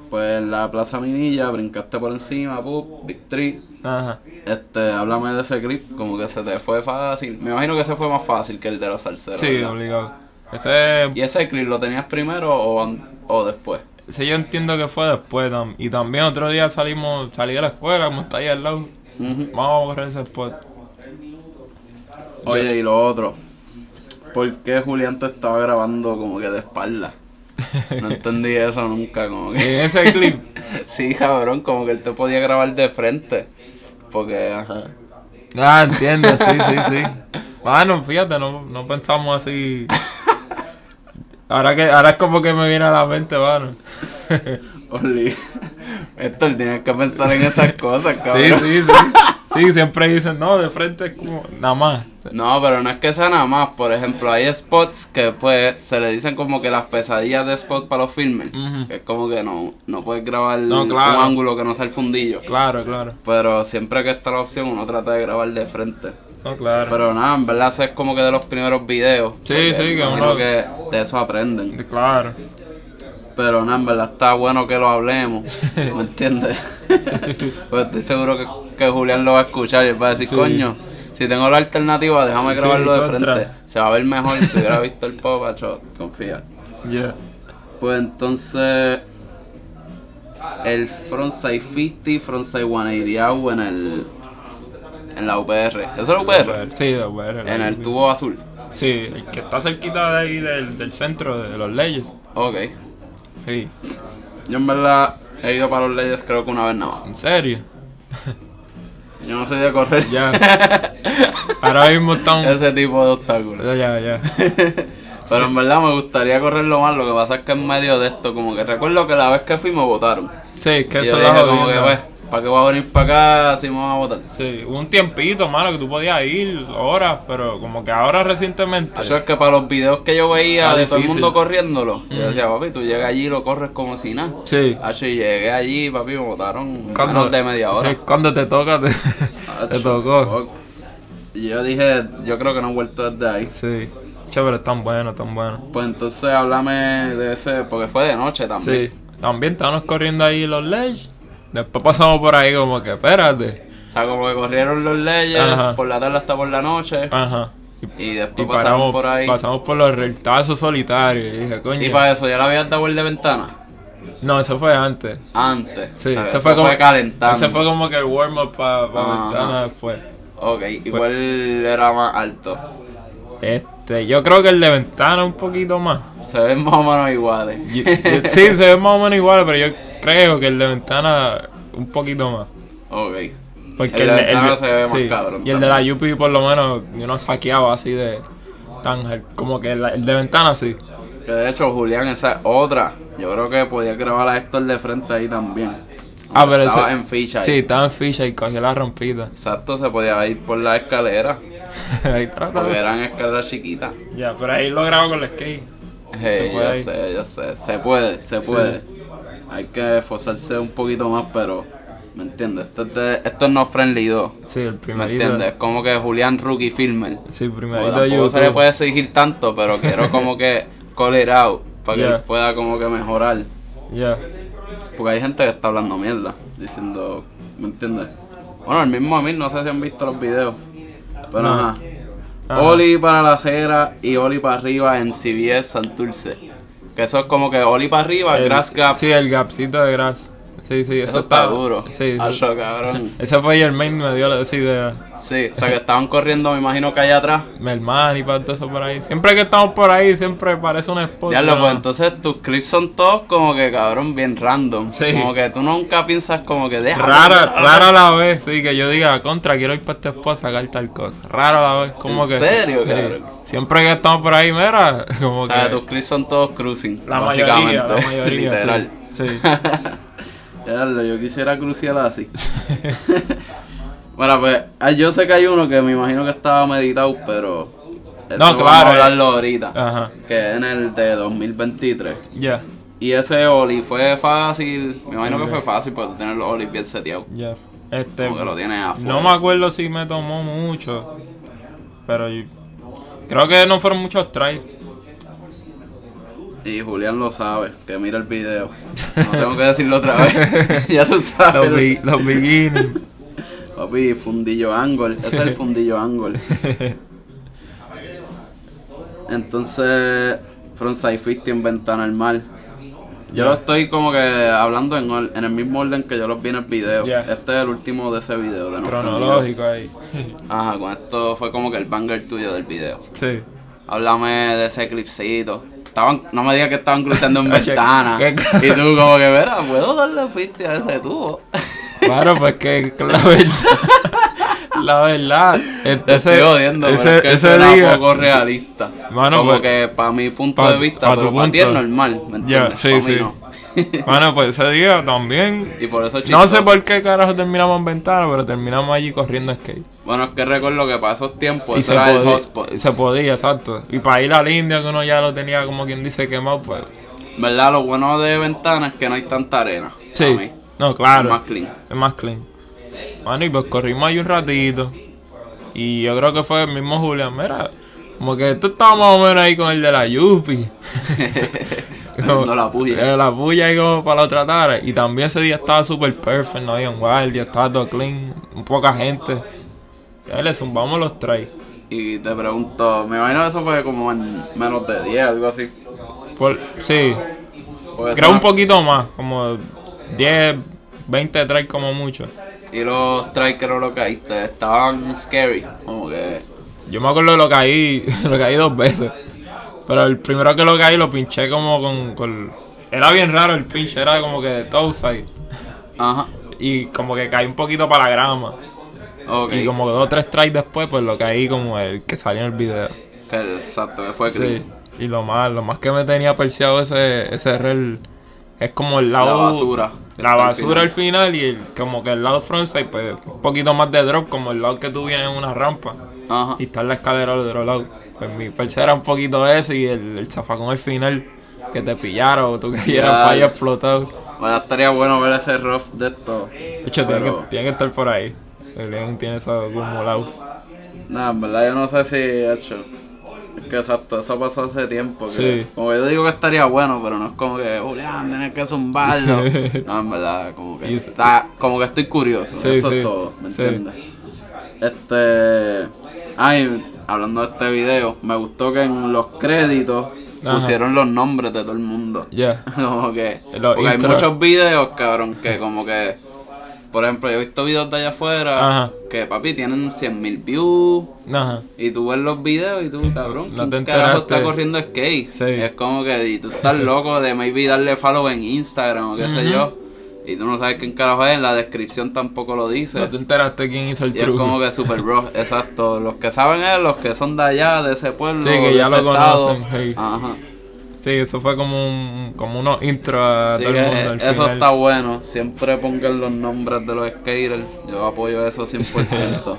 Speaker 1: pues en la Plaza Minilla, brincaste por encima, pup, Big Three.
Speaker 2: Ajá.
Speaker 1: Este, háblame de ese clip, como que se te fue fácil. Me imagino que ese fue más fácil que el de los salseros.
Speaker 2: Sí,
Speaker 1: ¿verdad?
Speaker 2: obligado. Ese.
Speaker 1: ¿Y ese clip lo tenías primero o, an- o después?
Speaker 2: ese yo entiendo que fue después. tam- Y también otro día salimos, salí de la escuela, como está ahí al lado.
Speaker 1: Ujú.
Speaker 2: Vamos a borrar ese spot.
Speaker 1: Oye, y lo otro. ¿Por qué Julián te estaba grabando como que de espalda? No entendí eso nunca, como que...
Speaker 2: En
Speaker 1: *laughs*
Speaker 2: Eh, ese clip.
Speaker 1: Sí, cabrón, como que él te podía grabar de frente. Porque, ajá.
Speaker 2: Ah, entiendo, sí, sí, sí. Bueno, fíjate, no, no pensamos así. Ahora que ahora es como que me viene a la mente, mano. *laughs*
Speaker 1: Oli, *laughs* Héctor, tienes que pensar en esas cosas,
Speaker 2: Sí,
Speaker 1: cabrón.
Speaker 2: sí, sí. Sí, siempre dicen, no, de frente es como nada más.
Speaker 1: No, pero no es que sea nada más. Por ejemplo, hay spots que pues se le dicen como que las pesadillas de spot para los filmes.
Speaker 2: Ujú.
Speaker 1: Que es como que no, no puedes grabar
Speaker 2: No, claro.
Speaker 1: un ángulo que no sea el fundillo.
Speaker 2: Claro, claro.
Speaker 1: Pero siempre que está la opción, uno trata de grabar de frente.
Speaker 2: No, claro.
Speaker 1: Pero nada, en verdad, eso es como que de los primeros videos.
Speaker 2: Sí,
Speaker 1: porque
Speaker 2: sí, que
Speaker 1: imagino
Speaker 2: uno-
Speaker 1: que de eso aprenden.
Speaker 2: Claro.
Speaker 1: Pero no, en verdad está bueno que lo hablemos, ¿me entiendes?
Speaker 2: *laughs*
Speaker 1: Pues estoy seguro que, que Julián lo va a escuchar y él va a decir, coño, si tengo la alternativa, déjame
Speaker 2: Sí,
Speaker 1: grabarlo de
Speaker 2: contra.
Speaker 1: frente. Se va a ver mejor si hubiera visto el popacho, confía.
Speaker 2: Yeah.
Speaker 1: Pues entonces, el frontside 50, frontside 180 out en el... En la UPR. ¿Eso es la UPR?
Speaker 2: Sí, de bueno.
Speaker 1: En el tubo azul.
Speaker 2: Sí, el que está cerquita de ahí del, del centro de los leyes.
Speaker 1: Ok.
Speaker 2: Sí.
Speaker 1: Yo en verdad he ido para los leyes creo que una vez nada más.
Speaker 2: ¿En serio?
Speaker 1: Yo no soy de correr. *laughs*
Speaker 2: Ya. Ahora mismo estamos.
Speaker 1: Ese tipo de obstáculos.
Speaker 2: *laughs* Ya, ya, ya.
Speaker 1: Pero en verdad me gustaría correrlo más, lo que pasa es que en medio de esto, como que recuerdo que la vez que fui me votaron.
Speaker 2: Sí, es que
Speaker 1: Y yo
Speaker 2: eso es la
Speaker 1: dije como que,
Speaker 2: jodienda.
Speaker 1: pues, ¿para qué voy a venir para acá si me van a votar?
Speaker 2: Sí, hubo un tiempito, mano, que tú podías ir horas, pero como que ahora recientemente.
Speaker 1: Eso es que para los videos que yo veía
Speaker 2: Está
Speaker 1: de todo el
Speaker 2: difícil.
Speaker 1: mundo corriéndolo, yo decía, papi, tú llegas allí y lo corres como si nada.
Speaker 2: Sí.
Speaker 1: Hacho, y llegué allí, papi, me votaron
Speaker 2: Cuando,
Speaker 1: menos de media hora.
Speaker 2: sí, cuando te
Speaker 1: *laughs*
Speaker 2: toca, te, te
Speaker 1: Hacho,
Speaker 2: tocó.
Speaker 1: fuck. Y yo dije, yo creo que no he vuelto desde ahí.
Speaker 2: Sí. Che, pero están buenos, están buenos.
Speaker 1: Pues entonces háblame de ese, porque fue de noche también.
Speaker 2: Sí. También estábamos corriendo ahí los leyes. Después pasamos por ahí como que, espérate.
Speaker 1: O sea, como que corrieron los leyes
Speaker 2: Ajá.
Speaker 1: por la tarde hasta por la noche
Speaker 2: Ajá. Y,
Speaker 1: y
Speaker 2: y
Speaker 1: después
Speaker 2: paramos
Speaker 1: pasamos por ahí.
Speaker 2: Pasamos por los rectazos solitarios. Y dije, coño.
Speaker 1: Y para eso, ¿ya le habías dado el de ventana?
Speaker 2: No, eso fue antes.
Speaker 1: Antes.
Speaker 2: Sí,
Speaker 1: o sea,
Speaker 2: ese
Speaker 1: eso
Speaker 2: fue como.
Speaker 1: calentando.
Speaker 2: Ese fue como que el warm-up para
Speaker 1: Ajá.
Speaker 2: ventana después.
Speaker 1: Ok, ¿y cuál era más alto?
Speaker 2: Este, yo creo que el de ventana un poquito más.
Speaker 1: Se ven más o menos iguales. *laughs*
Speaker 2: Yo- yo- sí, se ve más o menos igual, pero yo creo que el de ventana un poquito más.
Speaker 1: Ok.
Speaker 2: Porque
Speaker 1: El de
Speaker 2: de-
Speaker 1: ventana
Speaker 2: de-
Speaker 1: se ve más
Speaker 2: sí,
Speaker 1: cabrón
Speaker 2: Y el de la Yupi por lo menos yo no saqueaba así de tan hard. como que la- el de ventana sí.
Speaker 1: Que de hecho, Julián, esa es otra. Yo creo que podía grabar a Héctor de frente ahí también.
Speaker 2: Ah, pero
Speaker 1: Estaba
Speaker 2: ese-
Speaker 1: en ficha ahí.
Speaker 2: Sí, estaba en ficha y cogí la rompita. *laughs*
Speaker 1: Exacto, se podía ir por la escalera.
Speaker 2: ahí trata.
Speaker 1: Porque eran escaleras chiquitas.
Speaker 2: Ya, pero ahí lo grabo con la skate.
Speaker 1: Hey,
Speaker 2: Se
Speaker 1: yo
Speaker 2: puede.
Speaker 1: sé, yo sé. Se puede, se puede. Hay que esforzarse un poquito más, pero. ¿Me entiendes? Esto es, de- esto es no friendly 2.
Speaker 2: Sí, el
Speaker 1: ¿Me
Speaker 2: primerito.
Speaker 1: entiendes? Es como que Julián Rookie Filmer.
Speaker 2: Sí, el
Speaker 1: Como
Speaker 2: primerito de
Speaker 1: Tampoco se le
Speaker 2: YouTube.
Speaker 1: puede exigir tanto, pero quiero como que call it out para que
Speaker 2: Yeah.
Speaker 1: él pueda como que mejorar.
Speaker 2: Ya.
Speaker 1: Porque hay gente que está hablando mierda, diciendo. ¿Me entiendes? Bueno, el mismo Amir, no sé si han visto los videos. Pero
Speaker 2: No.
Speaker 1: ajá.
Speaker 2: Ajá.
Speaker 1: Oli para la acera y Oli para arriba en CBS Santurce. Que eso es como que Oli para arriba,
Speaker 2: El-
Speaker 1: Grass Gap.
Speaker 2: Sí, el gapcito de grass. Sí, sí, eso,
Speaker 1: eso está duro.
Speaker 2: Sí, sí.
Speaker 1: Acho, cabrón.
Speaker 2: *laughs* Ese fue el main me dio la esa idea.
Speaker 1: Sí, o sea que estaban corriendo, me imagino que allá atrás.
Speaker 2: Mi hermano y para todo eso por ahí. Siempre que estamos por ahí, siempre parece un spot.
Speaker 1: Ya lo
Speaker 2: ¿no?
Speaker 1: pues entonces tus clips son todos como que cabrón, bien random.
Speaker 2: Sí.
Speaker 1: Como que tú nunca piensas como que deja.
Speaker 2: Rara, rara la vez, sí, que yo diga, contra, quiero ir para este spot a sacar tal cosa. Rara la vez, como
Speaker 1: ¿En
Speaker 2: que.
Speaker 1: serio,
Speaker 2: sí.
Speaker 1: cabrón?
Speaker 2: Siempre que estamos por ahí, mira, *laughs* como
Speaker 1: O sea,
Speaker 2: que.
Speaker 1: tus clips son todos cruising.
Speaker 2: La
Speaker 1: *laughs*
Speaker 2: mayoría,
Speaker 1: básicamente.
Speaker 2: la mayoría,
Speaker 1: Literal.
Speaker 2: sí. sí.
Speaker 1: Ya, lo- yo quisiera cruciar así. *laughs* bueno, pues ah, yo sé que hay uno que me imagino que estaba meditado, pero. eso
Speaker 2: No, claro,
Speaker 1: Vamos a
Speaker 2: eh.
Speaker 1: hablarlo ahorita.
Speaker 2: Ajá.
Speaker 1: Que es en el de 2023.
Speaker 2: Ya,
Speaker 1: Y ese Oli fue fácil. Me imagino que fue fácil, pero tú tienes los Oli bien seteados.
Speaker 2: ya. Este.
Speaker 1: Como que lo tienes a full.
Speaker 2: No me acuerdo si me tomó mucho. Pero yo- creo que no fueron muchos tries.
Speaker 1: Y Julián lo sabe, que mira el video. No tengo que decirlo otra vez. *laughs* ya tú sabes.
Speaker 2: Los, bi- los beginnings.
Speaker 1: Papi, fundillo angle. Ese es el fundillo angle. Entonces, Frontside 50 en ventana al mar. Yo lo estoy como que hablando en, or- en el mismo orden que yo los vi en el video.
Speaker 2: Yeah.
Speaker 1: Este es el último de ese video. De No Fue Mío.
Speaker 2: *laughs* Cronológico ahí.
Speaker 1: Ajá, con esto fue como que el banger tuyo del video.
Speaker 2: Sí.
Speaker 1: Háblame de ese clipcito. Estaban, no me digas que estaban cruzando en
Speaker 2: *laughs* Oye,
Speaker 1: ventana.
Speaker 2: qué ca-
Speaker 1: y tú como que, verá, ¿puedo darle 50 a ese tubo? *laughs*
Speaker 2: Claro, pues que que la verdad. *laughs* La verdad. este-
Speaker 1: Te estoy jodiendo, pero es que eso era poco realista.
Speaker 2: Mano,
Speaker 1: Como
Speaker 2: pues-
Speaker 1: que para mi punto
Speaker 2: Pa-
Speaker 1: de vista,
Speaker 2: pa tu
Speaker 1: pero para ti es
Speaker 2: punto.
Speaker 1: normal, ¿me entiendes?
Speaker 2: Ya, sí,
Speaker 1: Pa' mí
Speaker 2: sí.
Speaker 1: no. *laughs*
Speaker 2: Bueno, pues ese día también.
Speaker 1: y por eso
Speaker 2: No
Speaker 1: chistoso.
Speaker 2: sé por qué carajo terminamos en ventana, pero terminamos allí corriendo skate.
Speaker 1: Bueno, es que recuerdo que para esos tiempos
Speaker 2: y
Speaker 1: Pues eso
Speaker 2: se
Speaker 1: era el
Speaker 2: podía,
Speaker 1: hotspot.
Speaker 2: se podía, exacto. Y para ir al India, que uno ya lo tenía como quien dice quemado, pues.
Speaker 1: ¿Verdad? Lo bueno de Ventana es que no hay tanta arena. pa' mí.
Speaker 2: Sí. No,
Speaker 1: Es
Speaker 2: claro.
Speaker 1: más clean.
Speaker 2: *laughs* Es más clean. Bueno, y pues corrimos ahí un ratito. Y yo creo que fue el mismo Julián. Mira, como que tú estabas más o menos ahí con el de la Yupi.
Speaker 1: Haciendo la puya.
Speaker 2: Eh, La puya ahí como para lo tratar. Y también ese día estaba súper perfect. No había un guardia, estaba todo clean. Poca gente. Ya le zumbamos los tres.
Speaker 1: Y te pregunto, me imagino que eso fue como en menos de 10, algo así.
Speaker 2: Por, sí,
Speaker 1: Porque
Speaker 2: creo
Speaker 1: Pues eso-
Speaker 2: un poquito más. Como 10, 20 tres como mucho.
Speaker 1: Y los strikers lo caíste, estaban scary. Como que.
Speaker 2: Yo me acuerdo lo caí, *laughs* lo caí dos veces. Pero el primero que lo caí lo pinché como con, con- Era bien raro el pinche, era como que de toe side.
Speaker 1: Ajá.
Speaker 2: Y como que caí un poquito para la grama.
Speaker 1: Ok.
Speaker 2: Y como que dos o tres tries después, pues lo caí como el que salió en el video.
Speaker 1: Que el- Exacto, que fue
Speaker 2: Sí.
Speaker 1: clean.
Speaker 2: Y lo más, lo más que me tenía perseado ese, ese rel es como el lado.
Speaker 1: La basura. Está
Speaker 2: La
Speaker 1: al
Speaker 2: basura
Speaker 1: final.
Speaker 2: al final, y el- como que el lado frontside, pues un poquito más de drop, como el lado que tú vienes en una rampa.
Speaker 1: Ajá.
Speaker 2: y está en la escalera del otro lado. Pues mi persa era un poquito ese y el, el zafacón al final que te pillaron o tú que
Speaker 1: Ya.
Speaker 2: para allá explotado.
Speaker 1: Bueno, estaría bueno ver ese rough de esto.
Speaker 2: De hecho, tiene,
Speaker 1: Pero-
Speaker 2: que, tiene que estar por ahí. El León tiene eso acumulado.
Speaker 1: Nada, en verdad yo no sé si he hecho. Es que exacto, eso pasó hace tiempo. que-
Speaker 2: Sí.
Speaker 1: Como que yo digo que estaría bueno, pero no es como que, Julián, tienes que
Speaker 2: *laughs*
Speaker 1: zumbarlo. no, en verdad, como que
Speaker 2: Y-
Speaker 1: está, como que estoy curioso.
Speaker 2: Sí,
Speaker 1: eso
Speaker 2: sí,
Speaker 1: es todo, ¿me
Speaker 2: sí.
Speaker 1: entiendes? Este. Ay, hablando de este video, me gustó que en los créditos
Speaker 2: Ajá.
Speaker 1: pusieron los nombres de todo el mundo.
Speaker 2: Ya.
Speaker 1: *laughs* Como que.
Speaker 2: Los
Speaker 1: porque hay
Speaker 2: intros.
Speaker 1: muchos videos, cabrón, que como que. Por ejemplo, yo he visto videos de allá afuera
Speaker 2: Ajá.
Speaker 1: que, papi, tienen 100.000 views.
Speaker 2: Ajá.
Speaker 1: Y tú ves los videos y tú, cabrón,
Speaker 2: No
Speaker 1: ¿quién
Speaker 2: te
Speaker 1: carajo
Speaker 2: enteraste.
Speaker 1: está corriendo skate?
Speaker 2: Sí.
Speaker 1: Y es como que y tú estás loco de maybe darle follow en Instagram o qué sé yo. Y tú no sabes quién carajo es, la descripción tampoco lo dice.
Speaker 2: No te enteraste quién hizo el
Speaker 1: Y es
Speaker 2: truco.
Speaker 1: como que super
Speaker 2: *laughs*
Speaker 1: rough, exacto. Los que saben es los que son de allá, de ese pueblo.
Speaker 2: Sí, que
Speaker 1: de
Speaker 2: ya
Speaker 1: ese
Speaker 2: lo
Speaker 1: estado.
Speaker 2: conocen, hey.
Speaker 1: Ajá.
Speaker 2: Sí, eso fue como un, como unos intro a
Speaker 1: Así
Speaker 2: todo
Speaker 1: que
Speaker 2: el mundo al
Speaker 1: eh, eso
Speaker 2: final.
Speaker 1: está bueno. Siempre pongan los nombres de los skaters. Yo apoyo eso
Speaker 2: *laughs*
Speaker 1: 100%.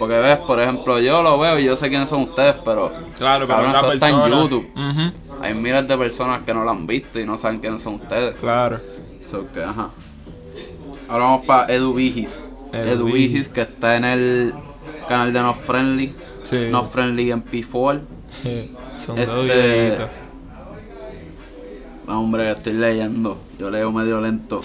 Speaker 1: Porque ves, por ejemplo, yo lo veo y yo sé quiénes son ustedes, pero.
Speaker 2: Claro, pero
Speaker 1: cabrón,
Speaker 2: una
Speaker 1: eso
Speaker 2: persona.
Speaker 1: está en YouTube.
Speaker 2: Ujú,
Speaker 1: Hay miles de personas que no la han visto y no saben quiénes son ustedes.
Speaker 2: Claro.
Speaker 1: So que, ajá. Ahora vamos para Edu Vigis.
Speaker 2: Edu
Speaker 1: Edu
Speaker 2: Vigis.
Speaker 1: Vigis, que está en el canal de No Friendly.
Speaker 2: Sí.
Speaker 1: No Friendly MP4.
Speaker 2: Son dos
Speaker 1: Este-
Speaker 2: videitos.
Speaker 1: Ah, Hombre, estoy leyendo. Yo leo medio
Speaker 2: *laughs*
Speaker 1: lento.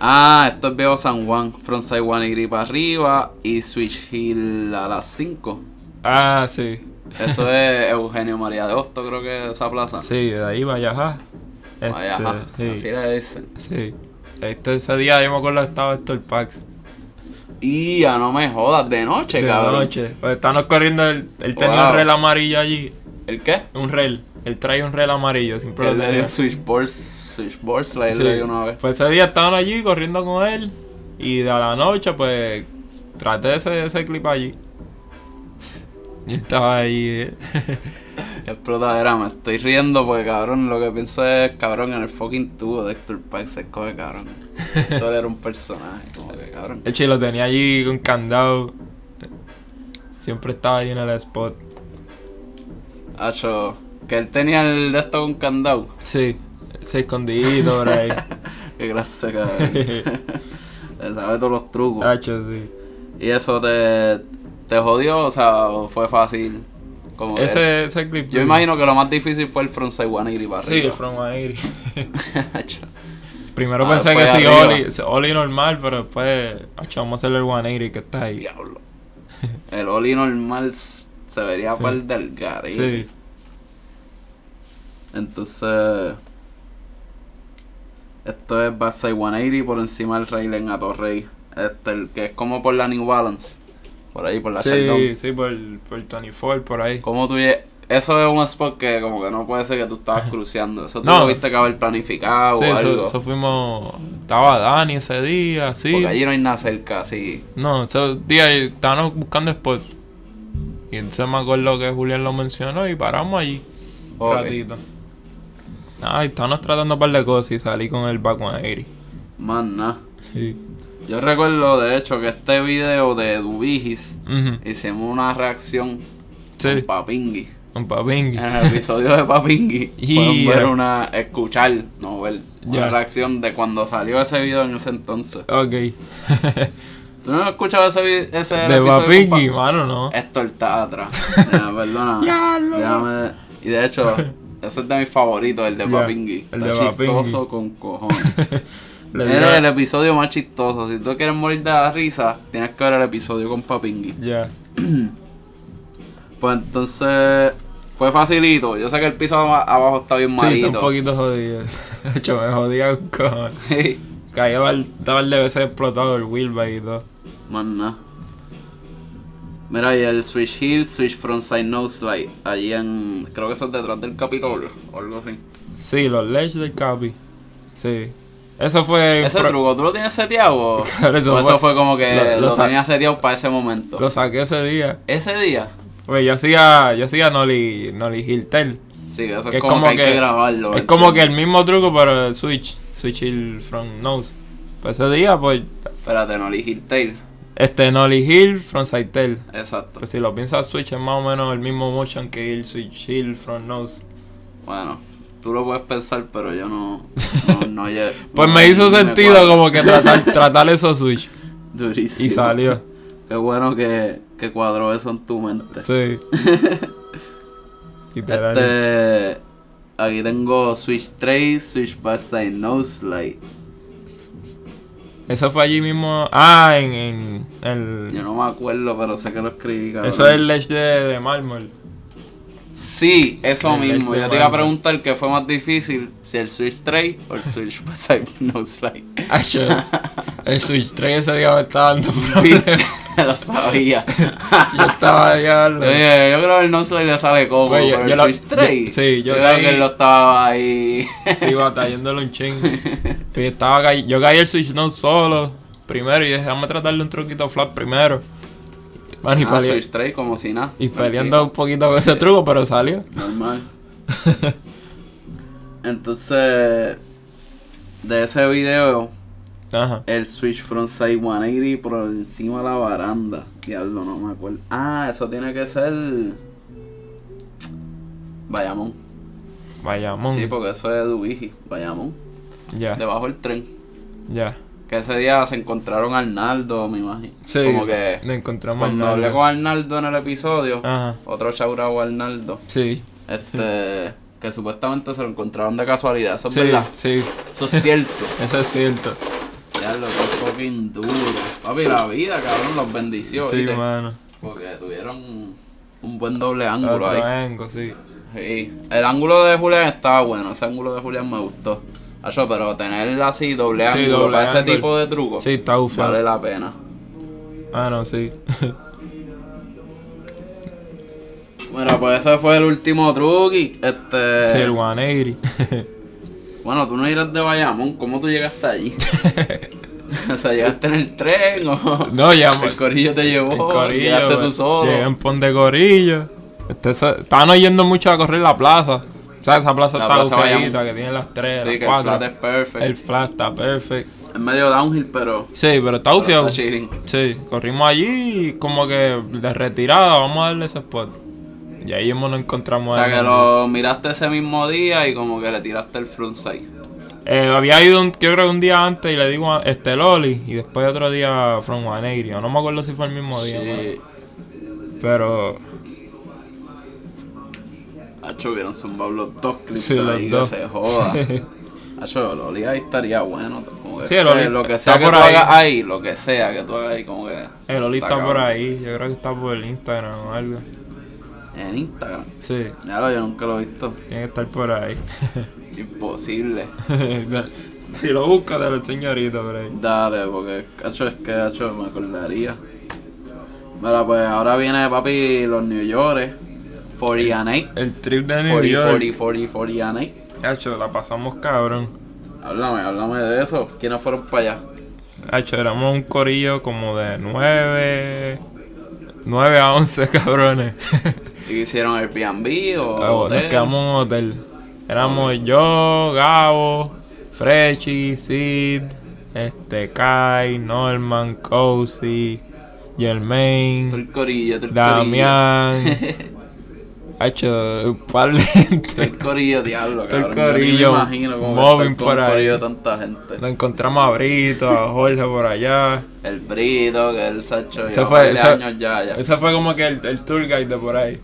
Speaker 1: ah, esto es Viejo San Juan. Frontside One y Gripa arriba. Y Switch Hill a las 5.
Speaker 2: Ah, sí. *laughs*
Speaker 1: Eso es Eugenio María de Hosto, creo que es esa plaza.
Speaker 2: Sí, de ahí vaya. ajá. Este,
Speaker 1: Vaya, ajá.
Speaker 2: sí.
Speaker 1: Así le dicen.
Speaker 2: Sí. Este, ese día yo me acuerdo que estaba Héctor Pax.
Speaker 1: Y ya no me jodas, de noche,
Speaker 2: De
Speaker 1: cabrón.
Speaker 2: noche. Pues estábamos corriendo, el- él tenía
Speaker 1: Wow.
Speaker 2: un rel amarillo allí.
Speaker 1: ¿El qué?
Speaker 2: Un rel. Él trae un rel amarillo, siempre
Speaker 1: Que
Speaker 2: lo
Speaker 1: le dio
Speaker 2: tenía.
Speaker 1: Switchboard, Switchboard Slide
Speaker 2: Sí.
Speaker 1: le dio una vez.
Speaker 2: Pues ese día estaban allí corriendo con él. Y de la noche, pues, traté ese, ese clip allí. Y estaba ahí. eh. *laughs*
Speaker 1: Explota, era, me estoy riendo porque cabrón, lo que pienso es cabrón en el fucking tubo de Héctor Pack se coge
Speaker 2: *laughs*
Speaker 1: cabrón. Todo era un personaje, como que cabrón.
Speaker 2: El chile lo tenía allí con candado. Siempre estaba ahí en el spot.
Speaker 1: Hacho, que él tenía el de esto con candado.
Speaker 2: Sí, se escondidito
Speaker 1: *laughs*
Speaker 2: por ahí. *laughs*
Speaker 1: Qué gracia, cabrón. Él sabe todos los trucos.
Speaker 2: Hacho, sí.
Speaker 1: Y eso te, te jodió, o sea, o fue fácil. Como que-
Speaker 2: Ese, ese clip.
Speaker 1: yo imagino que lo más difícil fue el frontside 180 para
Speaker 2: Sí,
Speaker 1: arriba.
Speaker 2: From Airi.
Speaker 1: *laughs* Hacho.
Speaker 2: *laughs* Primero
Speaker 1: Ah,
Speaker 2: pensé que
Speaker 1: después
Speaker 2: sí,
Speaker 1: arriba.
Speaker 2: Oli, Oli normal, pero después. Hacho, vamos a hacerle el 180 que está ahí.
Speaker 1: Diablo. El Oli normal s- se vería
Speaker 2: *laughs*
Speaker 1: para el del Gary.
Speaker 2: Sí.
Speaker 1: Entonces. Esto es Backside 180 por encima del railing a Torrey. Este, el que es como por la New Balance. Por ahí, por la
Speaker 2: Sí,
Speaker 1: Shandong.
Speaker 2: sí, por, por 24, por ahí.
Speaker 1: Como tú lle- Eso es un spot que como que no puede ser que tú estabas cruceando. Eso tú
Speaker 2: *laughs* No.
Speaker 1: lo viste que haber planificado
Speaker 2: Sí,
Speaker 1: o
Speaker 2: eso,
Speaker 1: algo.
Speaker 2: eso fuimos. Estaba Dani ese día, sí.
Speaker 1: Porque allí no hay nada cerca, así.
Speaker 2: No, esos días estábamos buscando spots. Y entonces me acuerdo que Julián lo mencionó y paramos allí.
Speaker 1: Ok.
Speaker 2: Un ratito. Ah, y estábamos tratando un par de cosas y salí con el back 180.
Speaker 1: Más nada.
Speaker 2: Sí.
Speaker 1: Yo recuerdo de hecho que este video de Dubigis
Speaker 2: Ujú.
Speaker 1: hicimos una reacción con
Speaker 2: Sí,
Speaker 1: Papingui.
Speaker 2: un papingui.
Speaker 1: En el episodio de Papingui
Speaker 2: *laughs* Y-
Speaker 1: pueden ver una, escuchar, no ver, una
Speaker 2: Ya.
Speaker 1: reacción de cuando salió ese video en ese entonces.
Speaker 2: Ok. *laughs*
Speaker 1: ¿Tú no has escuchado ese, vi- ese
Speaker 2: De
Speaker 1: episodio con
Speaker 2: papingui,
Speaker 1: Pa- Eh.
Speaker 2: mano, no. *laughs*
Speaker 1: Esto está atrás. Mira, perdona.
Speaker 2: Diablo.
Speaker 1: Déjame. Y de
Speaker 2: *laughs*
Speaker 1: hecho, ese es de mis favoritos, el de
Speaker 2: Ya,
Speaker 1: Papingui.
Speaker 2: el
Speaker 1: Está
Speaker 2: de Papingui.
Speaker 1: chistoso con cojones.
Speaker 2: *laughs* Le dio-
Speaker 1: Era el episodio más chistoso. Si tú quieres morir de la risa, tienes que ver el episodio con Papingui.
Speaker 2: Ya.
Speaker 1: Pues entonces fue facilito. Yo sé que el piso aba- abajo está bien
Speaker 2: Sí, está
Speaker 1: malito.
Speaker 2: un
Speaker 1: *laughs*
Speaker 2: poquito jodido. *laughs* De hecho, me jodía con cojones. Caía el, estaba el DVC explotado, el Wilba y todo.
Speaker 1: Más nada. Mira, y el Switch Hill, Switch Frontside No Slide, allí en. Creo que eso es detrás del Capitolio, o algo así.
Speaker 2: Sí, los Ledge del Capi. Sí. Eso fue.
Speaker 1: Ese
Speaker 2: pro-
Speaker 1: truco, ¿tú lo tienes seteado? o- o
Speaker 2: Eh, *laughs* Claro,
Speaker 1: eso,
Speaker 2: eso
Speaker 1: fue,
Speaker 2: fue-
Speaker 1: como que
Speaker 2: lo-
Speaker 1: lo,
Speaker 2: lo sa-
Speaker 1: tenía seteado para ese momento.
Speaker 2: Lo saqué ese día.
Speaker 1: Ese día,
Speaker 2: Pues yo hacía, yo hacía Noli, Noli Hiltel.
Speaker 1: sí, eso
Speaker 2: Que
Speaker 1: es como, que, hay que grabarlo.
Speaker 2: Es
Speaker 1: ¿entiendes?
Speaker 2: como que el mismo truco, pero el Switch. Switch Hill from Nose. Pues ese día, pues.
Speaker 1: Espérate, no elegí tail.
Speaker 2: Este Noli Hill from Side Tail.
Speaker 1: Exacto.
Speaker 2: Pues si lo piensas, Switch es más o menos el mismo motion que el Switch Hill from Nose.
Speaker 1: Bueno, tú lo puedes pensar, pero yo no. no, no lle-
Speaker 2: *laughs* Pues
Speaker 1: no-
Speaker 2: me hizo
Speaker 1: ni
Speaker 2: sentido
Speaker 1: cuadra. *laughs*
Speaker 2: como que tratar, tratar esos Switch.
Speaker 1: Durísimo.
Speaker 2: Y salió.
Speaker 1: Qué bueno que, que cuadró eso en tu mente. *laughs*
Speaker 2: Sí. Literal.
Speaker 1: Este, aquí tengo Switch 3, Switch Backside No Slide.
Speaker 2: Eso fue allí mismo. Ah, en, en el.
Speaker 1: Yo no me acuerdo, pero sé que lo escribí, cabrón.
Speaker 2: Eso es el ledge de, de
Speaker 1: *laughs*
Speaker 2: mármol.
Speaker 1: Sí, eso
Speaker 2: el
Speaker 1: mismo.
Speaker 2: este
Speaker 1: Yo te iba a
Speaker 2: manga.
Speaker 1: preguntar qué fue más difícil, si el Switch 3 o el Switch Backside No *laughs* Slide.
Speaker 2: Acho, el Switch 3 ese día me estaba dando
Speaker 1: *laughs* Viste,
Speaker 2: problemas.
Speaker 1: lo
Speaker 2: *laughs*
Speaker 1: sabía.
Speaker 2: Yo estaba ya.
Speaker 1: Oye, yo creo que el No Slide le sale como,
Speaker 2: Pues yo-
Speaker 1: pero el
Speaker 2: yo lo-
Speaker 1: Switch 3.
Speaker 2: yo- sí, yo
Speaker 1: creo
Speaker 2: caí-
Speaker 1: que él lo estaba ahí.
Speaker 2: Sí, batallándolo un chingo. Y estaba cay- yo caí el Switch no solo. Primero, y dije, déjame tratarle un truquito flat primero. Man,
Speaker 1: *laughs*
Speaker 2: y,
Speaker 1: Ah,
Speaker 2: pelea-
Speaker 1: Switch 3 como si nada.
Speaker 2: y peleando un poquito con ese truco,
Speaker 1: *laughs*
Speaker 2: pero salió.
Speaker 1: Normal. Entonces, de ese video,
Speaker 2: Ajá.
Speaker 1: el switch frontside 180 por encima de la baranda. Diablo, no me acuerdo. Ah, eso tiene que ser. Bayamón.
Speaker 2: Vayamos.
Speaker 1: Sí, porque eso es Dubiji, Bayamón.
Speaker 2: ya.
Speaker 1: Debajo del tren.
Speaker 2: Ya.
Speaker 1: Que ese día se encontraron a Arnaldo, me imagino.
Speaker 2: Sí.
Speaker 1: Como que.
Speaker 2: Nos encontramos
Speaker 1: Cuando
Speaker 2: en
Speaker 1: pues, hablé
Speaker 2: algo.
Speaker 1: con Arnaldo en el episodio,
Speaker 2: Ajá.
Speaker 1: otro chaurao Arnaldo.
Speaker 2: Sí. *laughs*
Speaker 1: Este. Que supuestamente se lo encontraron de casualidad. Eso es
Speaker 2: Sí,
Speaker 1: verdad.
Speaker 2: sí.
Speaker 1: Eso es cierto.
Speaker 2: Eso es cierto.
Speaker 1: Ya lo que fucking duro. Papi, la vida, cabrón, los bendició.
Speaker 2: sí,
Speaker 1: ¿viste?
Speaker 2: mano.
Speaker 1: Porque tuvieron un buen doble
Speaker 2: Otro
Speaker 1: ángulo ahí.
Speaker 2: angle, sí.
Speaker 1: Sí. El ángulo de Julián estaba bueno, ese ángulo de Julián me gustó. Acho, pero tener así doble
Speaker 2: Sí,
Speaker 1: ángulo
Speaker 2: doble
Speaker 1: para ese
Speaker 2: ángulo.
Speaker 1: tipo de truco
Speaker 2: Sí, está bufado.
Speaker 1: vale la pena.
Speaker 2: Ah, no, sí. *laughs*
Speaker 1: Bueno, pues ese fue el último truqui. Este.
Speaker 2: Sí, el 180.
Speaker 1: Bueno, tú no irás de Bayamón, ¿cómo tú llegaste
Speaker 2: *laughs*
Speaker 1: allí? o sea, llegaste en el tren o.
Speaker 2: *laughs* No, ya.
Speaker 1: El corillo te llevó,
Speaker 2: el corillo,
Speaker 1: Oh, llegaste
Speaker 2: pues,
Speaker 1: tú solo.
Speaker 2: Llegué en Pon de Corillo. Este, se- estaban oyendo mucho a correr la plaza. O sea, esa plaza
Speaker 1: La
Speaker 2: está
Speaker 1: plaza
Speaker 2: agujerita,
Speaker 1: Bayamón.
Speaker 2: que tiene las tres,
Speaker 1: Sí,
Speaker 2: las
Speaker 1: que el
Speaker 2: cuatro.
Speaker 1: flat es perfect.
Speaker 2: El flat está perfecto.
Speaker 1: Es medio downhill, pero.
Speaker 2: Sí, pero está
Speaker 1: pero
Speaker 2: bufiado.
Speaker 1: está chilling.
Speaker 2: Sí, corrimos allí y como que de retirada, vamos a darle ese spot. Y ahí mismo nos
Speaker 1: O
Speaker 2: encontramos.
Speaker 1: sea
Speaker 2: al
Speaker 1: que
Speaker 2: nene.
Speaker 1: lo miraste ese mismo día y como que le tiraste el frontside.
Speaker 2: Eh, había ido, un- yo creo que un día antes y le digo a este Loli y después otro día From Juaneiri. No me acuerdo si fue el mismo día,
Speaker 1: Sí.
Speaker 2: mano. pero
Speaker 1: Hacho, hubieran zumbado los dos clips
Speaker 2: Sí, los
Speaker 1: ahí,
Speaker 2: dos.
Speaker 1: que se joda.
Speaker 2: *laughs*
Speaker 1: Hacho, lo olía ahí estaría bueno. Como que este,
Speaker 2: Sí, el Oli
Speaker 1: lo que
Speaker 2: está
Speaker 1: sea que
Speaker 2: por
Speaker 1: tú
Speaker 2: ahí.
Speaker 1: hagas ahí, lo que sea que tú hagas ahí, como que.
Speaker 2: el Loli está, por
Speaker 1: cabrón.
Speaker 2: ahí. Yo creo que está por el Instagram o algo.
Speaker 1: En Instagram.
Speaker 2: Sí,
Speaker 1: Ya lo, yo nunca lo he visto.
Speaker 2: tiene que estar por ahí. *laughs*
Speaker 1: Imposible.
Speaker 2: si lo buscas, te lo enseño ahorita por ahí.
Speaker 1: Dale, porque cacho es que cacho me acordaría. Mira, pues ahora viene papi los New Yorkers. 48.
Speaker 2: El trip de New
Speaker 1: 40,
Speaker 2: York.
Speaker 1: 40, 40, 48.
Speaker 2: Hacho, la pasamos cabrón.
Speaker 1: Háblame, háblame de eso. ¿Quiénes fueron para allá?
Speaker 2: Hacho, éramos un corillo como de 9, 9 a 11 *laughs*
Speaker 1: *laughs*
Speaker 2: cabrones.
Speaker 1: ¿Y hicieron Airbnb o
Speaker 2: Ah, bueno,
Speaker 1: hotel?
Speaker 2: Nos quedamos en un hotel. Éramos yo, Gabo, Frechi, Sid, este, Kai, Norman, Cozy,
Speaker 1: Tú
Speaker 2: Germain,
Speaker 1: el corillo, tú el
Speaker 2: Damián,
Speaker 1: corillo.
Speaker 2: Hacho, un par de
Speaker 1: Tú *laughs*
Speaker 2: gente.
Speaker 1: el corillo, diablo,
Speaker 2: Tú el
Speaker 1: cabrón. Yo ni
Speaker 2: corillo,
Speaker 1: me imagino cómo
Speaker 2: móvil
Speaker 1: estar con
Speaker 2: por
Speaker 1: un
Speaker 2: ahí.
Speaker 1: corillo de tanta gente.
Speaker 2: Nos encontramos a Brito, a Jorge por allá.
Speaker 1: El Brito, que el Sacho
Speaker 2: Ese
Speaker 1: lleva
Speaker 2: fue,
Speaker 1: par de
Speaker 2: ese,
Speaker 1: años ya, ya.
Speaker 2: ese fue como que el, el tour guide de por ahí.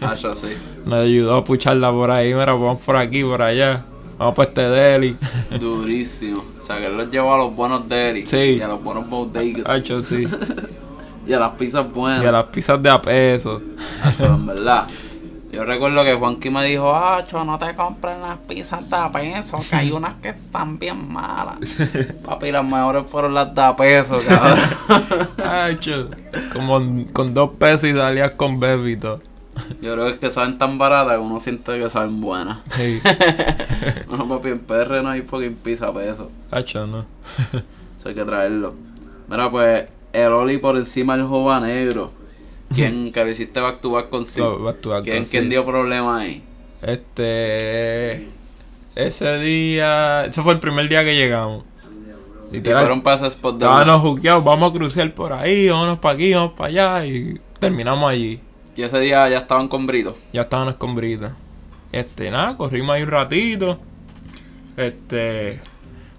Speaker 1: Hacho, sí.
Speaker 2: Nos ayudó a pucharla por ahí. Mira, vamos por aquí, por allá. Vamos para este deli.
Speaker 1: Durísimo. O sea, que él los llevó a los buenos delis
Speaker 2: Sí.
Speaker 1: y a los buenos bodegas
Speaker 2: Hacho, sí.
Speaker 1: y a las pizzas
Speaker 2: Y a
Speaker 1: buenas.
Speaker 2: las pizzas de a peso.
Speaker 1: Pero en verdad. Yo recuerdo que Juanqui me dijo, Acho, no te compres las pizzas de a peso, que hay unas que están bien
Speaker 2: *laughs*
Speaker 1: malas. Papi, las mejores fueron las de a peso,
Speaker 2: *laughs*
Speaker 1: cabrón.
Speaker 2: Hacho, como con dos pesos y salías con bebito.
Speaker 1: Yo creo que es que saben tan baratas que uno siente que saben buenas.
Speaker 2: Hey,
Speaker 1: No, papi, en PR no hay fucking pizza peso.
Speaker 2: hacho, no.
Speaker 1: Eso hay que traerlo. Mira, pues, el Oli por encima del Jova Negro. Quien que lo hiciste back to back con Sid.
Speaker 2: So, back to back,
Speaker 1: ¿Quién,
Speaker 2: sí.
Speaker 1: quién dio problema ahí?
Speaker 2: Este. Ese día. Ese fue el primer día que llegamos.
Speaker 1: Y
Speaker 2: Literal,
Speaker 1: fueron para ese spot de una.
Speaker 2: Estábamos juqueados, vamos a cruzar por ahí, vámonos para aquí, vamos para allá y terminamos allí.
Speaker 1: Y ese día ya estaban con Brito.
Speaker 2: Ya estaban las escombritas. Este, nada, corrimos ahí un ratito. Este.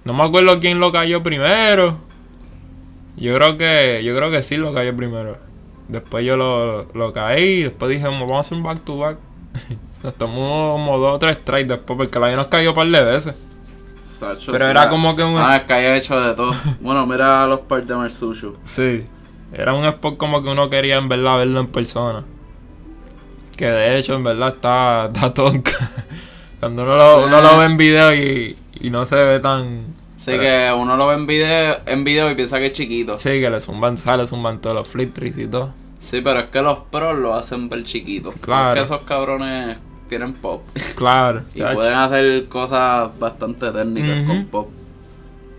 Speaker 2: No me acuerdo quién lo cayó primero. Yo creo que. Yo creo que sí lo cayó primero. Después yo lo, lo caí. Después dije, vamos a hacer un back to back. *laughs* Nos tomó como dos o tres strikes después, porque la vida nos cayó un par de veces.
Speaker 1: Sacho,
Speaker 2: Pero
Speaker 1: sí,
Speaker 2: era
Speaker 1: ah,
Speaker 2: como que un-
Speaker 1: Ah, es que haya hecho de *laughs* todo. bueno, mira a los par de Marsucho.
Speaker 2: Sí. Era un spot como que uno quería en verdad verlo en persona. Que de hecho en verdad está, *laughs* está tonca. Cuando uno lo, uno lo ve en video y, y no se ve tan...
Speaker 1: Así que uno lo ve en video, en video y piensa que es chiquito. Sí.
Speaker 2: Sí, que le zumban, sale, le zumban todos los flip tricks y todo.
Speaker 1: pero es que los pros lo hacen ver chiquito.
Speaker 2: Claro.
Speaker 1: Es que esos cabrones tienen pop.
Speaker 2: Claro.
Speaker 1: Y
Speaker 2: chacho.
Speaker 1: pueden hacer cosas bastante técnicas
Speaker 2: Ujú.
Speaker 1: con pop.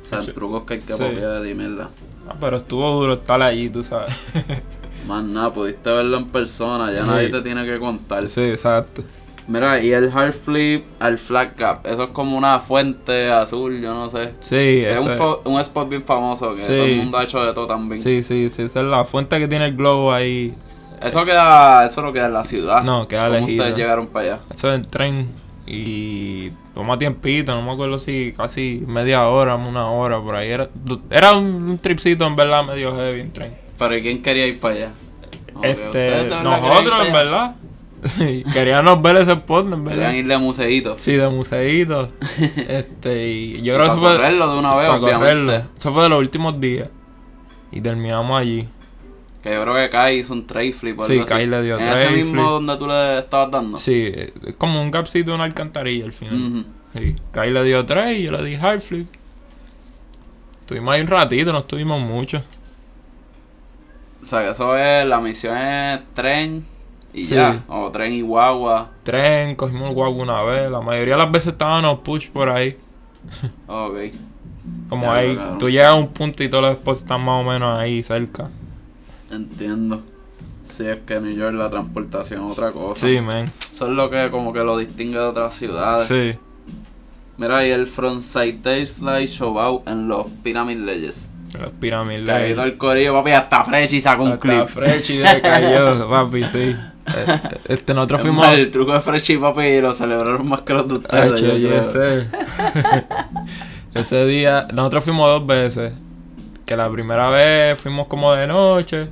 Speaker 1: O sea,
Speaker 2: Chacho.
Speaker 1: trucos que hay que
Speaker 2: Sí.
Speaker 1: copiar de mierda.
Speaker 2: Ah, pero estuvo duro estar allí, tú sabes.
Speaker 1: Más nada, pudiste verlo en persona, ya
Speaker 2: Sí.
Speaker 1: nadie te tiene que contar.
Speaker 2: *laughs* sí, exacto.
Speaker 1: Mira, y el hard flip al flat cap, eso es como una fuente azul, yo no sé.
Speaker 2: Sí,
Speaker 1: Es un,
Speaker 2: ese-
Speaker 1: fo- un spot bien famoso que
Speaker 2: Sí.
Speaker 1: todo el mundo ha hecho de todo también.
Speaker 2: Sí, sí, sí, esa es la fuente que tiene el globo ahí.
Speaker 1: Eso queda, eso no queda en la ciudad.
Speaker 2: No, queda
Speaker 1: ¿Cómo
Speaker 2: lejido.
Speaker 1: ustedes llegaron para allá?
Speaker 2: Eso del tren y toma tiempito, no me acuerdo si casi media hora, una hora por ahí. Era, era un un tripcito en verdad medio heavy en tren.
Speaker 1: ¿Pero ¿y quién quería ir para allá? Como que ustedes
Speaker 2: este,
Speaker 1: de verdad querían
Speaker 2: nosotros
Speaker 1: ir
Speaker 2: en
Speaker 1: pa' allá.
Speaker 2: verdad *laughs* queríamos ver ese spot en verdad.
Speaker 1: Querían ir de museíto.
Speaker 2: Sí,
Speaker 1: *laughs*
Speaker 2: de museitos. este, y yo
Speaker 1: Y
Speaker 2: creo que
Speaker 1: pa'
Speaker 2: eso fue.
Speaker 1: correrlo de una
Speaker 2: sí,
Speaker 1: vez,
Speaker 2: pa'
Speaker 1: obviamente.
Speaker 2: correrlo. Eso fue de los últimos días. Y terminamos allí.
Speaker 1: Que yo creo que Kai hizo un trail flip. o
Speaker 2: Sí,
Speaker 1: algo así.
Speaker 2: Kai le dio
Speaker 1: ¿En
Speaker 2: trail
Speaker 1: ese mismo
Speaker 2: flip.
Speaker 1: donde tú le estabas dando?
Speaker 2: Sí, es como un gapcito, una alcantarilla al final.
Speaker 1: Ujú.
Speaker 2: Sí, Kai le dio tres y yo le di hard flip. Estuvimos ahí un ratito, no estuvimos mucho.
Speaker 1: O sea, que eso es, la misión es tren y
Speaker 2: Sí.
Speaker 1: ya. O tren y guagua.
Speaker 2: Tren, cogimos el guagua una vez. La mayoría de las veces estaban los push por ahí.
Speaker 1: Ok.
Speaker 2: Como
Speaker 1: Ya,
Speaker 2: ahí,
Speaker 1: claro.
Speaker 2: tú llegas a un punto y todos los spots están más o menos ahí cerca.
Speaker 1: Entiendo. Sí, es que en New York la transportación es otra cosa.
Speaker 2: Sí, man.
Speaker 1: Eso es lo que como que lo distingue de otras ciudades.
Speaker 2: Sí.
Speaker 1: Mira, y el Frontside Slide Show en los Pyramid Legends.
Speaker 2: Los Pyramid
Speaker 1: Caído
Speaker 2: Legends.
Speaker 1: el corillo, papi, hasta Frechi sacó un
Speaker 2: Hasta
Speaker 1: clip.
Speaker 2: Frechi le
Speaker 1: *laughs*
Speaker 2: cayó, papi, sí. Eh, Este, nosotros
Speaker 1: Es
Speaker 2: fuimos...
Speaker 1: más, el truco de Frechi, papi, lo celebraron más que los de
Speaker 2: Ay,
Speaker 1: ustedes. yo
Speaker 2: che,
Speaker 1: creo.
Speaker 2: ese, *laughs* ese día, nosotros fuimos dos veces. Que la primera vez fuimos como de noche.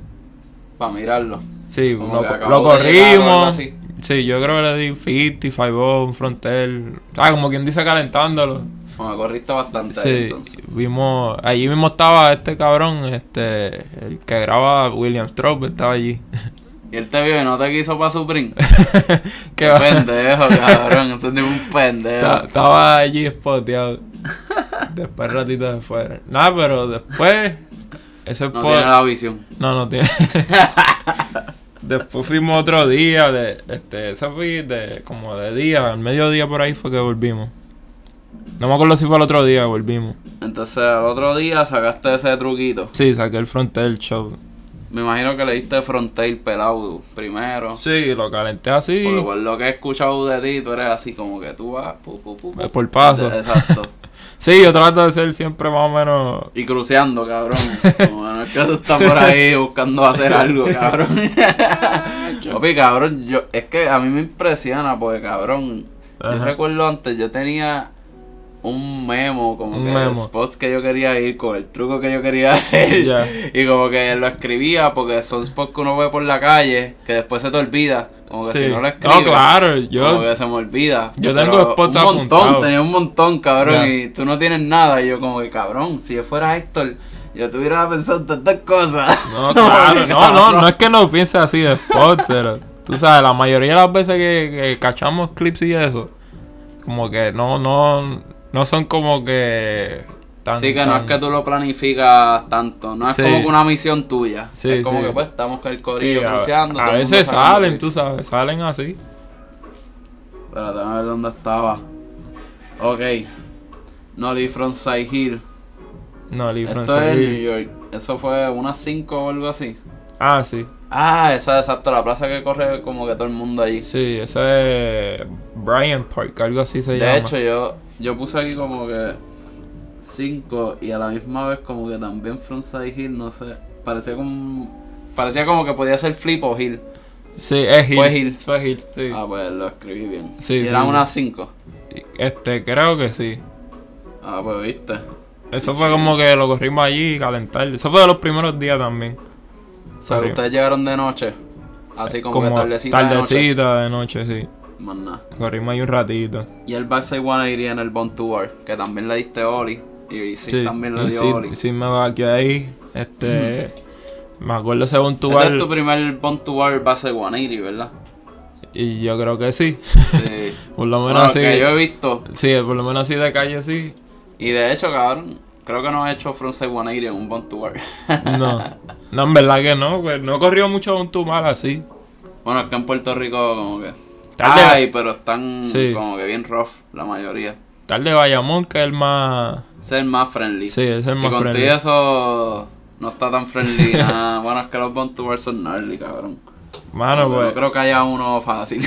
Speaker 1: Para mirarlo.
Speaker 2: Sí,
Speaker 1: Como
Speaker 2: lo,
Speaker 1: que acabó
Speaker 2: lo
Speaker 1: de llegar o algo
Speaker 2: corrimos.
Speaker 1: así.
Speaker 2: Sí, yo creo que le di 50, 5 un frontel. Ah, como quien dice calentándolo.
Speaker 1: Bueno, corriste bastante ahí,
Speaker 2: Sí,
Speaker 1: entonces.
Speaker 2: vimos, allí mismo estaba este cabrón, este, el que graba William Strobe, estaba allí. *laughs*
Speaker 1: Y él te vio y no te quiso para su print.
Speaker 2: que
Speaker 1: Qué
Speaker 2: va-
Speaker 1: pendejo, cabrón. Eso es de un pendejo.
Speaker 2: *laughs* ta- estaba allí
Speaker 1: *laughs*
Speaker 2: spoteado. Después ratito de fuera. Nada, pero después, ese
Speaker 1: No
Speaker 2: spot-
Speaker 1: tiene la visión.
Speaker 2: No, no tiene. *laughs* Después fuimos otro día, de, este, eso fue de, como de día, al mediodía por ahí fue que volvimos. No me acuerdo si fue el otro día que volvimos.
Speaker 1: Entonces, al otro día sacaste ese truquito.
Speaker 2: Sí, saqué el frontel show.
Speaker 1: Me imagino que le diste frontail pelado primero.
Speaker 2: Sí, lo calenté así.
Speaker 1: Porque por lo que he escuchado de ti, tú eres así como que tú vas... pu, pu, pu, pu.
Speaker 2: Por paso.
Speaker 1: Exacto.
Speaker 2: Sí, yo trato de ser siempre más o menos...
Speaker 1: Y cruceando, cabrón. Como no es que tú estás por ahí buscando hacer algo, cabrón. Papi, cabrón, yo, es que a mí me impresiona porque, cabrón, yo
Speaker 2: Ajá.
Speaker 1: recuerdo antes, yo tenía un memo, como
Speaker 2: Un
Speaker 1: que
Speaker 2: memo.
Speaker 1: los spots que yo quería ir, con el truco que yo quería hacer.
Speaker 2: Ya.
Speaker 1: Y como que lo escribía porque son spots que uno ve por la calle, que después se te olvida. Como que
Speaker 2: Sí.
Speaker 1: si no lo escribes.
Speaker 2: claro,
Speaker 1: Como
Speaker 2: yo...
Speaker 1: que se me olvida.
Speaker 2: yo tengo spots
Speaker 1: Un montón,
Speaker 2: apuntados.
Speaker 1: tenía un montón, cabrón.
Speaker 2: Ya.
Speaker 1: Y tú no tienes nada. Y yo, como que, cabrón, si yo fuera Héctor, yo tuviera pensado tantas cosas. *laughs*
Speaker 2: *laughs* No, claro, no, no,
Speaker 1: Cabrón.
Speaker 2: no es que no piense así de spot, pero tú sabes, la mayoría de las veces que, que cachamos clips y eso, como que no, no, no son como que tan...
Speaker 1: Sí, que no es
Speaker 2: tan-
Speaker 1: que tú lo planificas tanto. No es
Speaker 2: Sí.
Speaker 1: como que una misión tuya.
Speaker 2: Sí,
Speaker 1: es como
Speaker 2: sí.
Speaker 1: que, pues, estamos con el
Speaker 2: Sí,
Speaker 1: corillo
Speaker 2: a-
Speaker 1: cruceando.
Speaker 2: a,
Speaker 1: todo el mundo
Speaker 2: veces
Speaker 1: sacando
Speaker 2: salen,
Speaker 1: clips.
Speaker 2: tú sabes, salen así.
Speaker 1: Espérate, a ver dónde estaba. Ok. Nolly from Side Hill.
Speaker 2: No, Lee
Speaker 1: Esto
Speaker 2: Francis.
Speaker 1: es New York. Eso fue unas 5 o algo así.
Speaker 2: Ah, sí,
Speaker 1: Ah, esa es exacto, la plaza que corre como que todo el mundo allí.
Speaker 2: sí, eso es Bryant Park, algo así se
Speaker 1: De
Speaker 2: llama.
Speaker 1: hecho, yo, yo puse aquí como que 5 y a la misma vez como que también Frontside Hill, no sé. Parecía como parecía como que podía ser Flip o Hill.
Speaker 2: sí, es Hill.
Speaker 1: fue Hill.
Speaker 2: Fue Hill, sí.
Speaker 1: Ah, pues lo escribí bien.
Speaker 2: Sí,
Speaker 1: y
Speaker 2: sí,
Speaker 1: eran
Speaker 2: sí.
Speaker 1: unas 5.
Speaker 2: Este, creo que sí.
Speaker 1: Ah, pues viste.
Speaker 2: Eso fue como que lo corrimos allí y calentar. Eso fue de los primeros días también.
Speaker 1: O sea, que
Speaker 2: Sorry.
Speaker 1: ustedes llegaron de noche. Así como, que tardecita. de noche.
Speaker 2: tardecita de noche. sí.
Speaker 1: Más nada.
Speaker 2: Corrimos ahí un ratito.
Speaker 1: Y el Backside 180 en el Bond Tour, que también le diste Oli. Y sí, también le
Speaker 2: y
Speaker 1: dio
Speaker 2: sí,
Speaker 1: Oli.
Speaker 2: sí me va aquí ahí.
Speaker 1: *laughs*
Speaker 2: Este. Me acuerdo según tu
Speaker 1: Ese
Speaker 2: bar.
Speaker 1: es tu primer Bond Tour Backside 180, ¿verdad?
Speaker 2: Y yo creo que sí. *laughs*
Speaker 1: Sí.
Speaker 2: por lo menos
Speaker 1: Bueno,
Speaker 2: así.
Speaker 1: que Ah, yo he visto,
Speaker 2: Sí, por lo menos así de calle sí.
Speaker 1: Y de hecho, cabrón, creo que no he hecho Frontside 180 en un Bon Tour.
Speaker 2: No. No, en verdad que no, pues no corrió mucho un tu mal así.
Speaker 1: *laughs* bueno, es que en Puerto Rico como que...
Speaker 2: Tarde.
Speaker 1: Ay, pero están
Speaker 2: Sí.
Speaker 1: como que bien rough la mayoría.
Speaker 2: Tal de Bayamón, que es el más.
Speaker 1: Ese es el más friendly.
Speaker 2: Sí, ese es el
Speaker 1: y
Speaker 2: más
Speaker 1: con
Speaker 2: friendly.
Speaker 1: todo eso no está tan
Speaker 2: *laughs*
Speaker 1: friendly nada. Bueno, es que los Bon Tours son gnarly, cabrón.
Speaker 2: Mano,
Speaker 1: Pero
Speaker 2: pues.
Speaker 1: No creo que haya uno
Speaker 2: *laughs*
Speaker 1: fácil.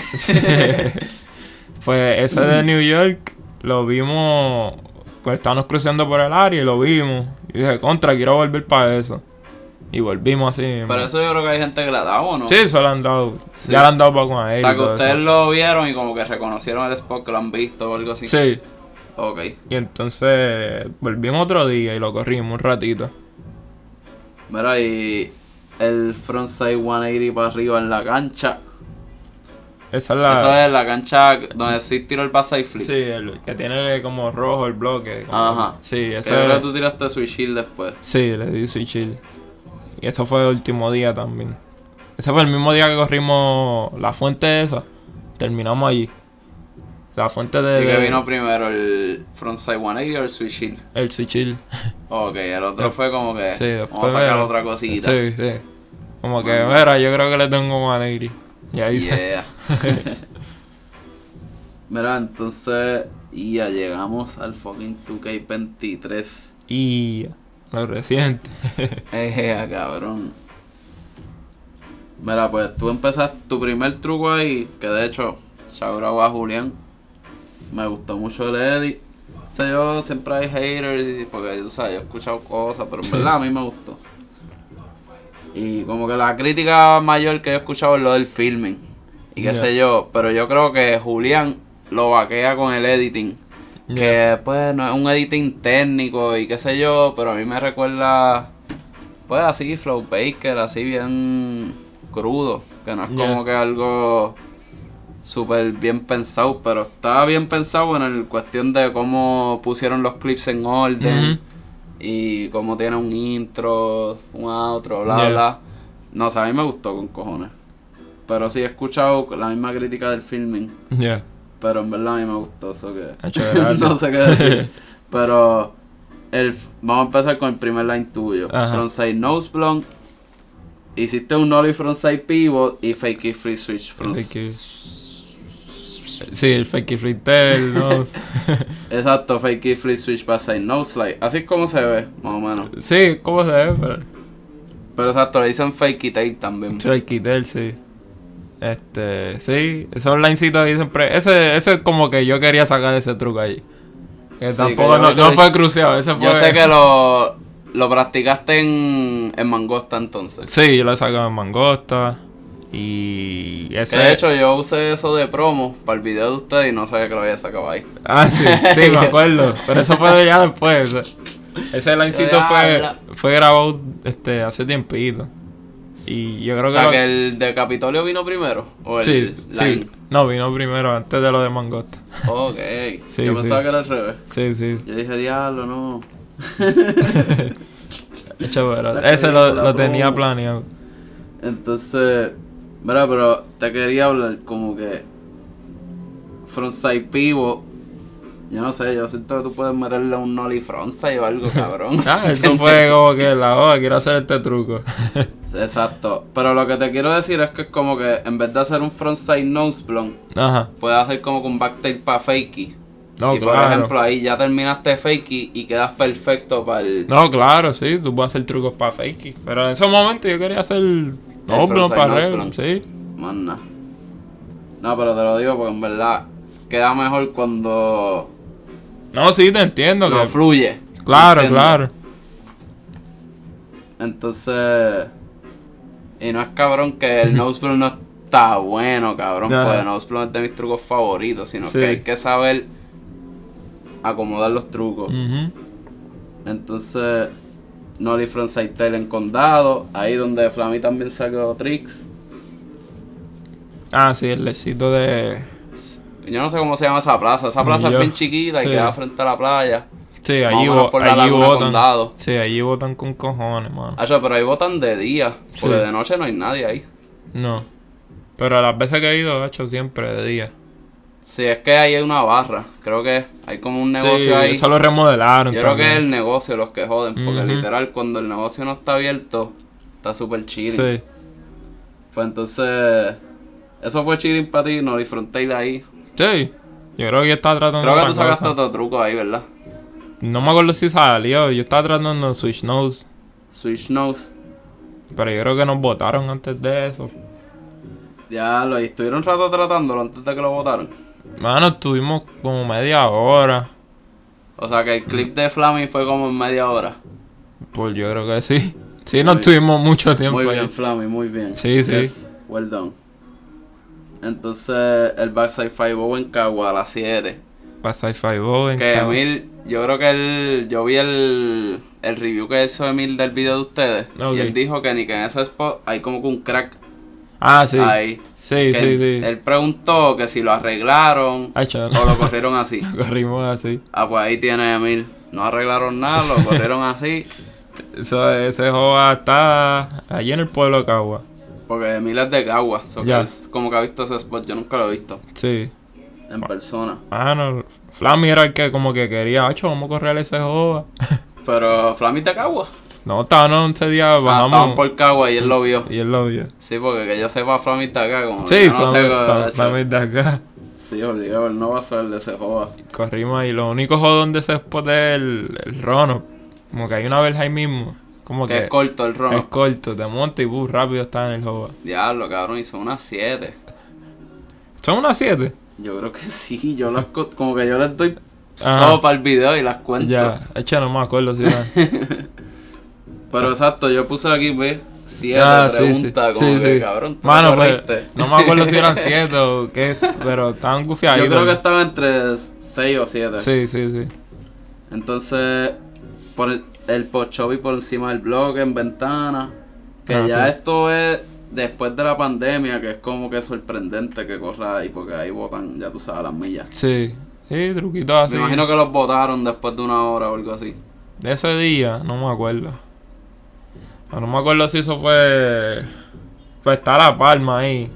Speaker 2: pues ese de New York lo vimos, pues estábamos cruzando por el área y lo vimos. Y dije, contra, quiero volver para eso. Y volvimos así.
Speaker 1: *laughs*
Speaker 2: mismo.
Speaker 1: pero eso yo creo que hay gente que la da, ¿o no?
Speaker 2: Sí, eso lo han dado.
Speaker 1: Sí.
Speaker 2: Ya lo han dado para con
Speaker 1: O
Speaker 2: él.
Speaker 1: sea, que ustedes lo vieron y como que reconocieron el spot que lo han visto o algo así.
Speaker 2: Sí.
Speaker 1: Ok.
Speaker 2: Y entonces volvimos otro día y lo corrimos un ratito.
Speaker 1: Mira, y el frontside 180 para arriba en la cancha.
Speaker 2: Esa es la.
Speaker 1: Eso es la cancha donde sí tiró el pase y flip.
Speaker 2: Ah. Sí, el que tiene como rojo el bloque. como-
Speaker 1: Ajá.
Speaker 2: Sí,
Speaker 1: Que
Speaker 2: eso
Speaker 1: creo que
Speaker 2: es.
Speaker 1: tú tiraste su shield después.
Speaker 2: Sí, le di switch chill. Y eso fue el último día también. Ese fue el mismo día que corrimos la fuente esa. Terminamos allí. La fuente de.
Speaker 1: ¿Y que vino primero? ¿El frontside 180 o el switch shield?
Speaker 2: El switch chill.
Speaker 1: Ok, el otro fue como que
Speaker 2: *laughs* Sí, después.
Speaker 1: Eh, vamos a sacar
Speaker 2: era-
Speaker 1: otra cosita.
Speaker 2: Sí, sí. Como que, mira, yo creo que le tengo un anegri. Y ahí se. *laughs*
Speaker 1: Yeah. Mira, entonces y ya llegamos al fucking 2K23.
Speaker 2: *laughs* Y. Lo reciente.
Speaker 1: Ejea, cabrón. ah, Mira, pues tú empezaste tu primer truco ahí, que de hecho, shout out a Julián. Me gustó mucho el edit. O sea, yo siempre hay haters, y- porque tú sabes, yo he escuchado cosas, pero en verdad a mí me gustó. Y como que la crítica mayor que yo he escuchado es lo del filming. Y qué
Speaker 2: Ya.
Speaker 1: sé yo, pero yo creo que Julián lo vaquea con el editing. Que pues no es un editing técnico y qué sé yo, pero a mí me recuerda pues así Flow Baker, así bien crudo, que no es
Speaker 2: Ya.
Speaker 1: como que algo súper bien pensado, pero está bien pensado en el cuestión de cómo pusieron los clips en orden
Speaker 2: Ujú.
Speaker 1: y cómo tiene un intro, un outro, bla
Speaker 2: Ya.
Speaker 1: bla. No, o sea, a mí me gustó con cojones. Pero sí he escuchado la misma crítica del filming.
Speaker 2: Ya.
Speaker 1: Pero en verdad a mí me gustó eso que.
Speaker 2: Hacho,
Speaker 1: *laughs*
Speaker 2: gracias.
Speaker 1: no sé qué
Speaker 2: *laughs*
Speaker 1: decir. Pero el, vamos a empezar con el primer line tuyo.
Speaker 2: Ajá.
Speaker 1: Frontside nose blunt. Hiciste un nollie frontside pivot y fake it free switch fronts-
Speaker 2: Fake it. Sí, el fake
Speaker 1: *laughs*
Speaker 2: fritel, ¿no?
Speaker 1: Exacto, fake it free switch backside nose slide. Así es como se ve, más o menos.
Speaker 2: sí, ¿cómo se ve? Pero...
Speaker 1: Pero exacto, le dicen fake it tail también.
Speaker 2: Fake sí. Este, sí, esos linecitos ahí siempre. Ese, ese es como que yo quería sacar ese truco ahí. Que
Speaker 1: Sí,
Speaker 2: tampoco,
Speaker 1: que yo
Speaker 2: no,
Speaker 1: vi que
Speaker 2: no
Speaker 1: lo-
Speaker 2: fue crucial, ese fue.
Speaker 1: Yo sé que lo, lo practicaste en, en Mangosta entonces.
Speaker 2: Sí, yo lo he sacado en mangosta. Y
Speaker 1: Que
Speaker 2: ese.
Speaker 1: de hecho yo usé eso de promo para el video de ustedes y no sabía que lo había sacado ahí.
Speaker 2: *laughs* Ah, sí,
Speaker 1: *laughs*
Speaker 2: sí, me acuerdo. Pero eso fue ya después. o sea, Ese linecito
Speaker 1: Ya,
Speaker 2: fue,
Speaker 1: ya.
Speaker 2: fue grabado este, hace tiempito. Y yo creo
Speaker 1: O sea,
Speaker 2: lo-
Speaker 1: que el de Capitolio vino primero. O el
Speaker 2: Sí,
Speaker 1: line.
Speaker 2: sí. No, vino primero, antes de lo de mangosta.
Speaker 1: Ok.
Speaker 2: Sí,
Speaker 1: Yo
Speaker 2: sí.
Speaker 1: pensaba que era al revés.
Speaker 2: Sí, sí.
Speaker 1: Yo dije, diablo, no.
Speaker 2: Hecho, pero
Speaker 1: La
Speaker 2: ese lo,
Speaker 1: película, bro.
Speaker 2: lo tenía planeado.
Speaker 1: Entonces, mira, pero te quería hablar como que. Frontside Pivo. Yo no sé, yo siento que tú puedes meterle un Nolly Frontside o algo, cabrón.
Speaker 2: *laughs* Ah,
Speaker 1: *laughs*
Speaker 2: eso fue como que la hoja, quiero hacer este truco.
Speaker 1: Exacto. Pero lo que te quiero decir es que es como que en vez de hacer un Frontside Nose Blunt,
Speaker 2: Ajá.
Speaker 1: puedes hacer como que un Backtail para Fakey.
Speaker 2: No,
Speaker 1: y por
Speaker 2: claro.
Speaker 1: ejemplo, ahí ya terminaste Fakey y quedas perfecto para el.
Speaker 2: No, claro, sí, tú puedes hacer trucos para fakey. Pero en esos momentos yo quería hacer Oblong
Speaker 1: frontside
Speaker 2: para
Speaker 1: nose
Speaker 2: Rebel,
Speaker 1: blunt.
Speaker 2: sí.
Speaker 1: Más nada. No, pero te lo digo porque en verdad queda mejor cuando
Speaker 2: No, sí, te entiendo.
Speaker 1: no
Speaker 2: que-
Speaker 1: fluye.
Speaker 2: claro,
Speaker 1: ¿entiendes?
Speaker 2: claro.
Speaker 1: Entonces. Y no es cabrón que
Speaker 2: *laughs*
Speaker 1: el Noseblow no está bueno, cabrón.
Speaker 2: Ajá.
Speaker 1: Porque el Noseblow es de mis trucos favoritos, sino
Speaker 2: Sí.
Speaker 1: que hay que saber acomodar los trucos.
Speaker 2: Ujú. Mm.
Speaker 1: Entonces, Nolly Frontside Tail en Condado, ahí donde Flammy también sacó tricks.
Speaker 2: Ah, sí, el lecito de.
Speaker 1: Yo no sé cómo se llama esa plaza. Esa plaza
Speaker 2: Yo-
Speaker 1: es bien chiquita
Speaker 2: sí.
Speaker 1: y queda frente a la playa.
Speaker 2: Sí,
Speaker 1: Más
Speaker 2: allí,
Speaker 1: o menos
Speaker 2: vo-
Speaker 1: por la
Speaker 2: allí
Speaker 1: Laguna
Speaker 2: votan.
Speaker 1: Condado.
Speaker 2: Sí, allí votan con cojones, mano.
Speaker 1: Acho, Ah, pero ahí votan de día, porque
Speaker 2: Sí.
Speaker 1: de noche no hay nadie ahí.
Speaker 2: No. Pero las veces que he ido, he hecho siempre de día.
Speaker 1: Si es que ahí hay una barra, creo que hay como un negocio
Speaker 2: Sí,
Speaker 1: ahí.
Speaker 2: eso lo remodelaron.
Speaker 1: Yo creo que es
Speaker 2: también.
Speaker 1: el negocio los que joden, porque
Speaker 2: Ujú.
Speaker 1: literal cuando el negocio no está abierto, está súper chilling.
Speaker 2: Sí.
Speaker 1: Pues entonces, eso fue chilling para ti, no disfrutéis de ahí.
Speaker 2: Sí. Yo creo que yo estaba tratando
Speaker 1: Creo que
Speaker 2: otra
Speaker 1: tú
Speaker 2: cosa.
Speaker 1: sacaste otro truco ahí, ¿verdad?
Speaker 2: No me acuerdo si salió. Yo estaba tratando Switch Nose.
Speaker 1: Switch nose.
Speaker 2: Pero yo creo que nos votaron antes de eso.
Speaker 1: Ya lo y estuvieron un rato tratándolo antes de que lo votaron.
Speaker 2: Mano, estuvimos como media hora.
Speaker 1: O sea que el clip de Flammy fue como en media hora.
Speaker 2: Pues yo creo que sí. Sí, no
Speaker 1: Muy-
Speaker 2: estuvimos mucho tiempo
Speaker 1: Muy
Speaker 2: ahí.
Speaker 1: bien, Flammy, muy bien.
Speaker 2: Sí, sí.
Speaker 1: Well done. Entonces, el backside 5 en Cagua a las 7.
Speaker 2: Para Sci-Fi Bow en
Speaker 1: Que
Speaker 2: Cabo.
Speaker 1: Emil, yo creo que él, yo vi el, el review que hizo Emil del video de ustedes.
Speaker 2: Ok.
Speaker 1: Y él dijo que ni que en ese spot hay como que un crack
Speaker 2: Ah, sí.
Speaker 1: ahí.
Speaker 2: Sí,
Speaker 1: Que
Speaker 2: sí,
Speaker 1: él,
Speaker 2: sí.
Speaker 1: él preguntó que si lo arreglaron
Speaker 2: Ay, chaval.
Speaker 1: o lo corrieron así.
Speaker 2: *laughs* Corrimos así.
Speaker 1: Ah, pues ahí tiene Emil. No arreglaron nada, lo corrieron así.
Speaker 2: Eso, ese joa está allí en el pueblo de Cagua.
Speaker 1: Porque Emil es de Cagua. so que
Speaker 2: Ya.
Speaker 1: él como que ha visto ese spot, yo nunca lo he visto
Speaker 2: Sí.
Speaker 1: en persona.
Speaker 2: Mano, Flammy era el que como que quería, ocho, vamos a correr ese joa.
Speaker 1: Pero Flammy es de Cagua.
Speaker 2: *laughs* No, estaban 11 días,
Speaker 1: Ah, estaban
Speaker 2: bajamos.
Speaker 1: por Cagua y él lo vio.
Speaker 2: Y él lo vio.
Speaker 1: Sí, porque que yo sepa Flammy está acá. Como que
Speaker 2: Sí,
Speaker 1: yo no sé
Speaker 2: Flammy-
Speaker 1: cómo-
Speaker 2: Flam- Flammy de acá.
Speaker 1: Sí, obligado, él no va a ser de ese joda.
Speaker 2: Corrimos ahí. Lo único jodón de ese spot es el, el Rono. Como que hay una verja ahí mismo. Como
Speaker 1: Que
Speaker 2: que,
Speaker 1: es corto el ron.
Speaker 2: es corto, te montas y bus rápido estás en el joven.
Speaker 1: Diablo, cabrón, y son unas 7.
Speaker 2: Son unas 7.
Speaker 1: Yo creo que sí, yo las co- como que yo les doy
Speaker 2: Ajá.
Speaker 1: stop al video y las cuento.
Speaker 2: Ya, echa no me acuerdo
Speaker 1: *laughs*
Speaker 2: si era.
Speaker 1: Pero exacto, yo puse aquí, ve, 7
Speaker 2: Ah, sí, sí.
Speaker 1: preguntas, como
Speaker 2: Sí,
Speaker 1: que
Speaker 2: sí.
Speaker 1: cabrón, tú
Speaker 2: Mano,
Speaker 1: me
Speaker 2: pues,
Speaker 1: corriste.
Speaker 2: no me
Speaker 1: *laughs*
Speaker 2: acuerdo si eran 7 o qué, es, pero estaban gufiaditos.
Speaker 1: Yo creo que estaba entre 6 o 7.
Speaker 2: Sí, sí, sí.
Speaker 1: Entonces, por el, el post-shop y por encima del blog en ventana. Que
Speaker 2: Ah,
Speaker 1: ya
Speaker 2: sí.
Speaker 1: esto es después de la pandemia, que es como que sorprendente que corra ahí, porque ahí botan, ya tú sabes, las millas.
Speaker 2: Sí, Ah, sí, truquitos así.
Speaker 1: Me imagino que los botaron después de una hora o algo así.
Speaker 2: De ese día, no me acuerdo. No, no me acuerdo si eso fue. Pues está La
Speaker 1: *laughs*
Speaker 2: Palma ahí.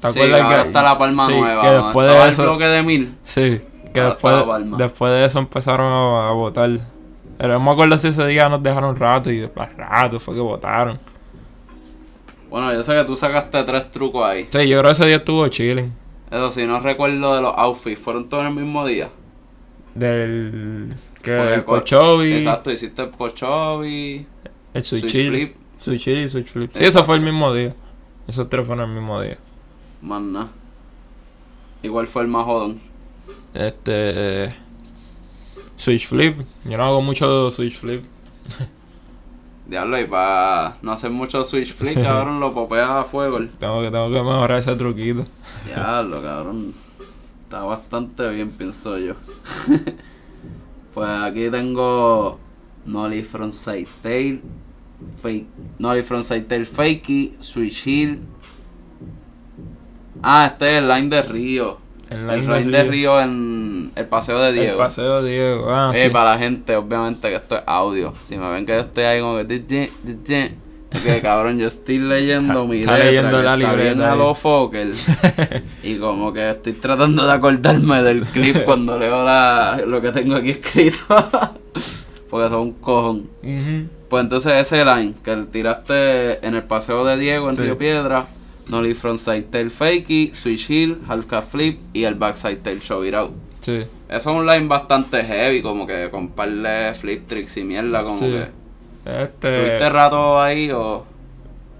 Speaker 2: ¿Te
Speaker 1: Sí, ahora está la palma
Speaker 2: sí,
Speaker 1: nueva.
Speaker 2: Que
Speaker 1: mano.
Speaker 2: después
Speaker 1: Estaba
Speaker 2: de
Speaker 1: el
Speaker 2: eso.
Speaker 1: bloque de mil.
Speaker 2: Sí, que
Speaker 1: Ahora
Speaker 2: después,
Speaker 1: está La Palma.
Speaker 2: después de eso empezaron a, a votar. Pero no me acuerdo si ese día nos dejaron rato y después rato fue que votaron.
Speaker 1: Bueno, yo sé que tú sacaste tres trucos ahí.
Speaker 2: Sí, yo creo que ese día estuvo chilling.
Speaker 1: Eso sí, no recuerdo de los outfits. Fueron todos en el mismo día.
Speaker 2: Del. Que
Speaker 1: Porque
Speaker 2: el
Speaker 1: co-
Speaker 2: Pochovi,
Speaker 1: Exacto, hiciste el pochovi.
Speaker 2: el Switch
Speaker 1: switch
Speaker 2: Chili.
Speaker 1: flip.
Speaker 2: Switch Chili y Switch Flip. Sí, eso fue el mismo día. Esos tres fueron el mismo día.
Speaker 1: Más nada. Igual fue el más jodón.
Speaker 2: Este. eh, switch flip. Yo no hago mucho switch flip.
Speaker 1: Diablo, y para no hacer mucho switch *laughs* flip, cabrón, lo popea a fuego.
Speaker 2: Tengo que, tengo que mejorar ese truquito.
Speaker 1: Diablo, cabrón. Está bastante bien, pienso yo. *laughs* pues aquí tengo Nolly from Side Tail, fake, Nolly from Side Tail Fakey, Switch Hill. Ah, este es el Line de Río. El Line, de Río en el Paseo de Diego.
Speaker 2: El paseo de Diego. Ah,
Speaker 1: Eh,
Speaker 2: sí.
Speaker 1: para la gente, obviamente que esto es audio. Si me ven que yo estoy ahí como que... "Di, di, di, di", es que cabrón, yo estoy leyendo
Speaker 2: Está-
Speaker 1: mi
Speaker 2: está
Speaker 1: letra,
Speaker 2: leyendo
Speaker 1: que
Speaker 2: la
Speaker 1: está bien
Speaker 2: libreta
Speaker 1: a
Speaker 2: ahí.
Speaker 1: lo Fokker. y como que estoy tratando de acordarme del
Speaker 2: *laughs*
Speaker 1: clip cuando leo la, lo que tengo aquí escrito. *laughs* Porque son un cojón.
Speaker 2: *laughs* Ujú.
Speaker 1: Pues entonces ese line que tiraste en el paseo de Diego en
Speaker 2: Sí.
Speaker 1: Río Piedra, Nolly Frontside Tail Fakey, Switch Hill, Half Cat Flip y el Backside Tail Show It Out.
Speaker 2: Sí.
Speaker 1: Eso es un line bastante heavy, como que con par de flip tricks y mierda, como
Speaker 2: Sí. Eh,
Speaker 1: que. ¿Tuviste
Speaker 2: Este.
Speaker 1: rato ahí o.?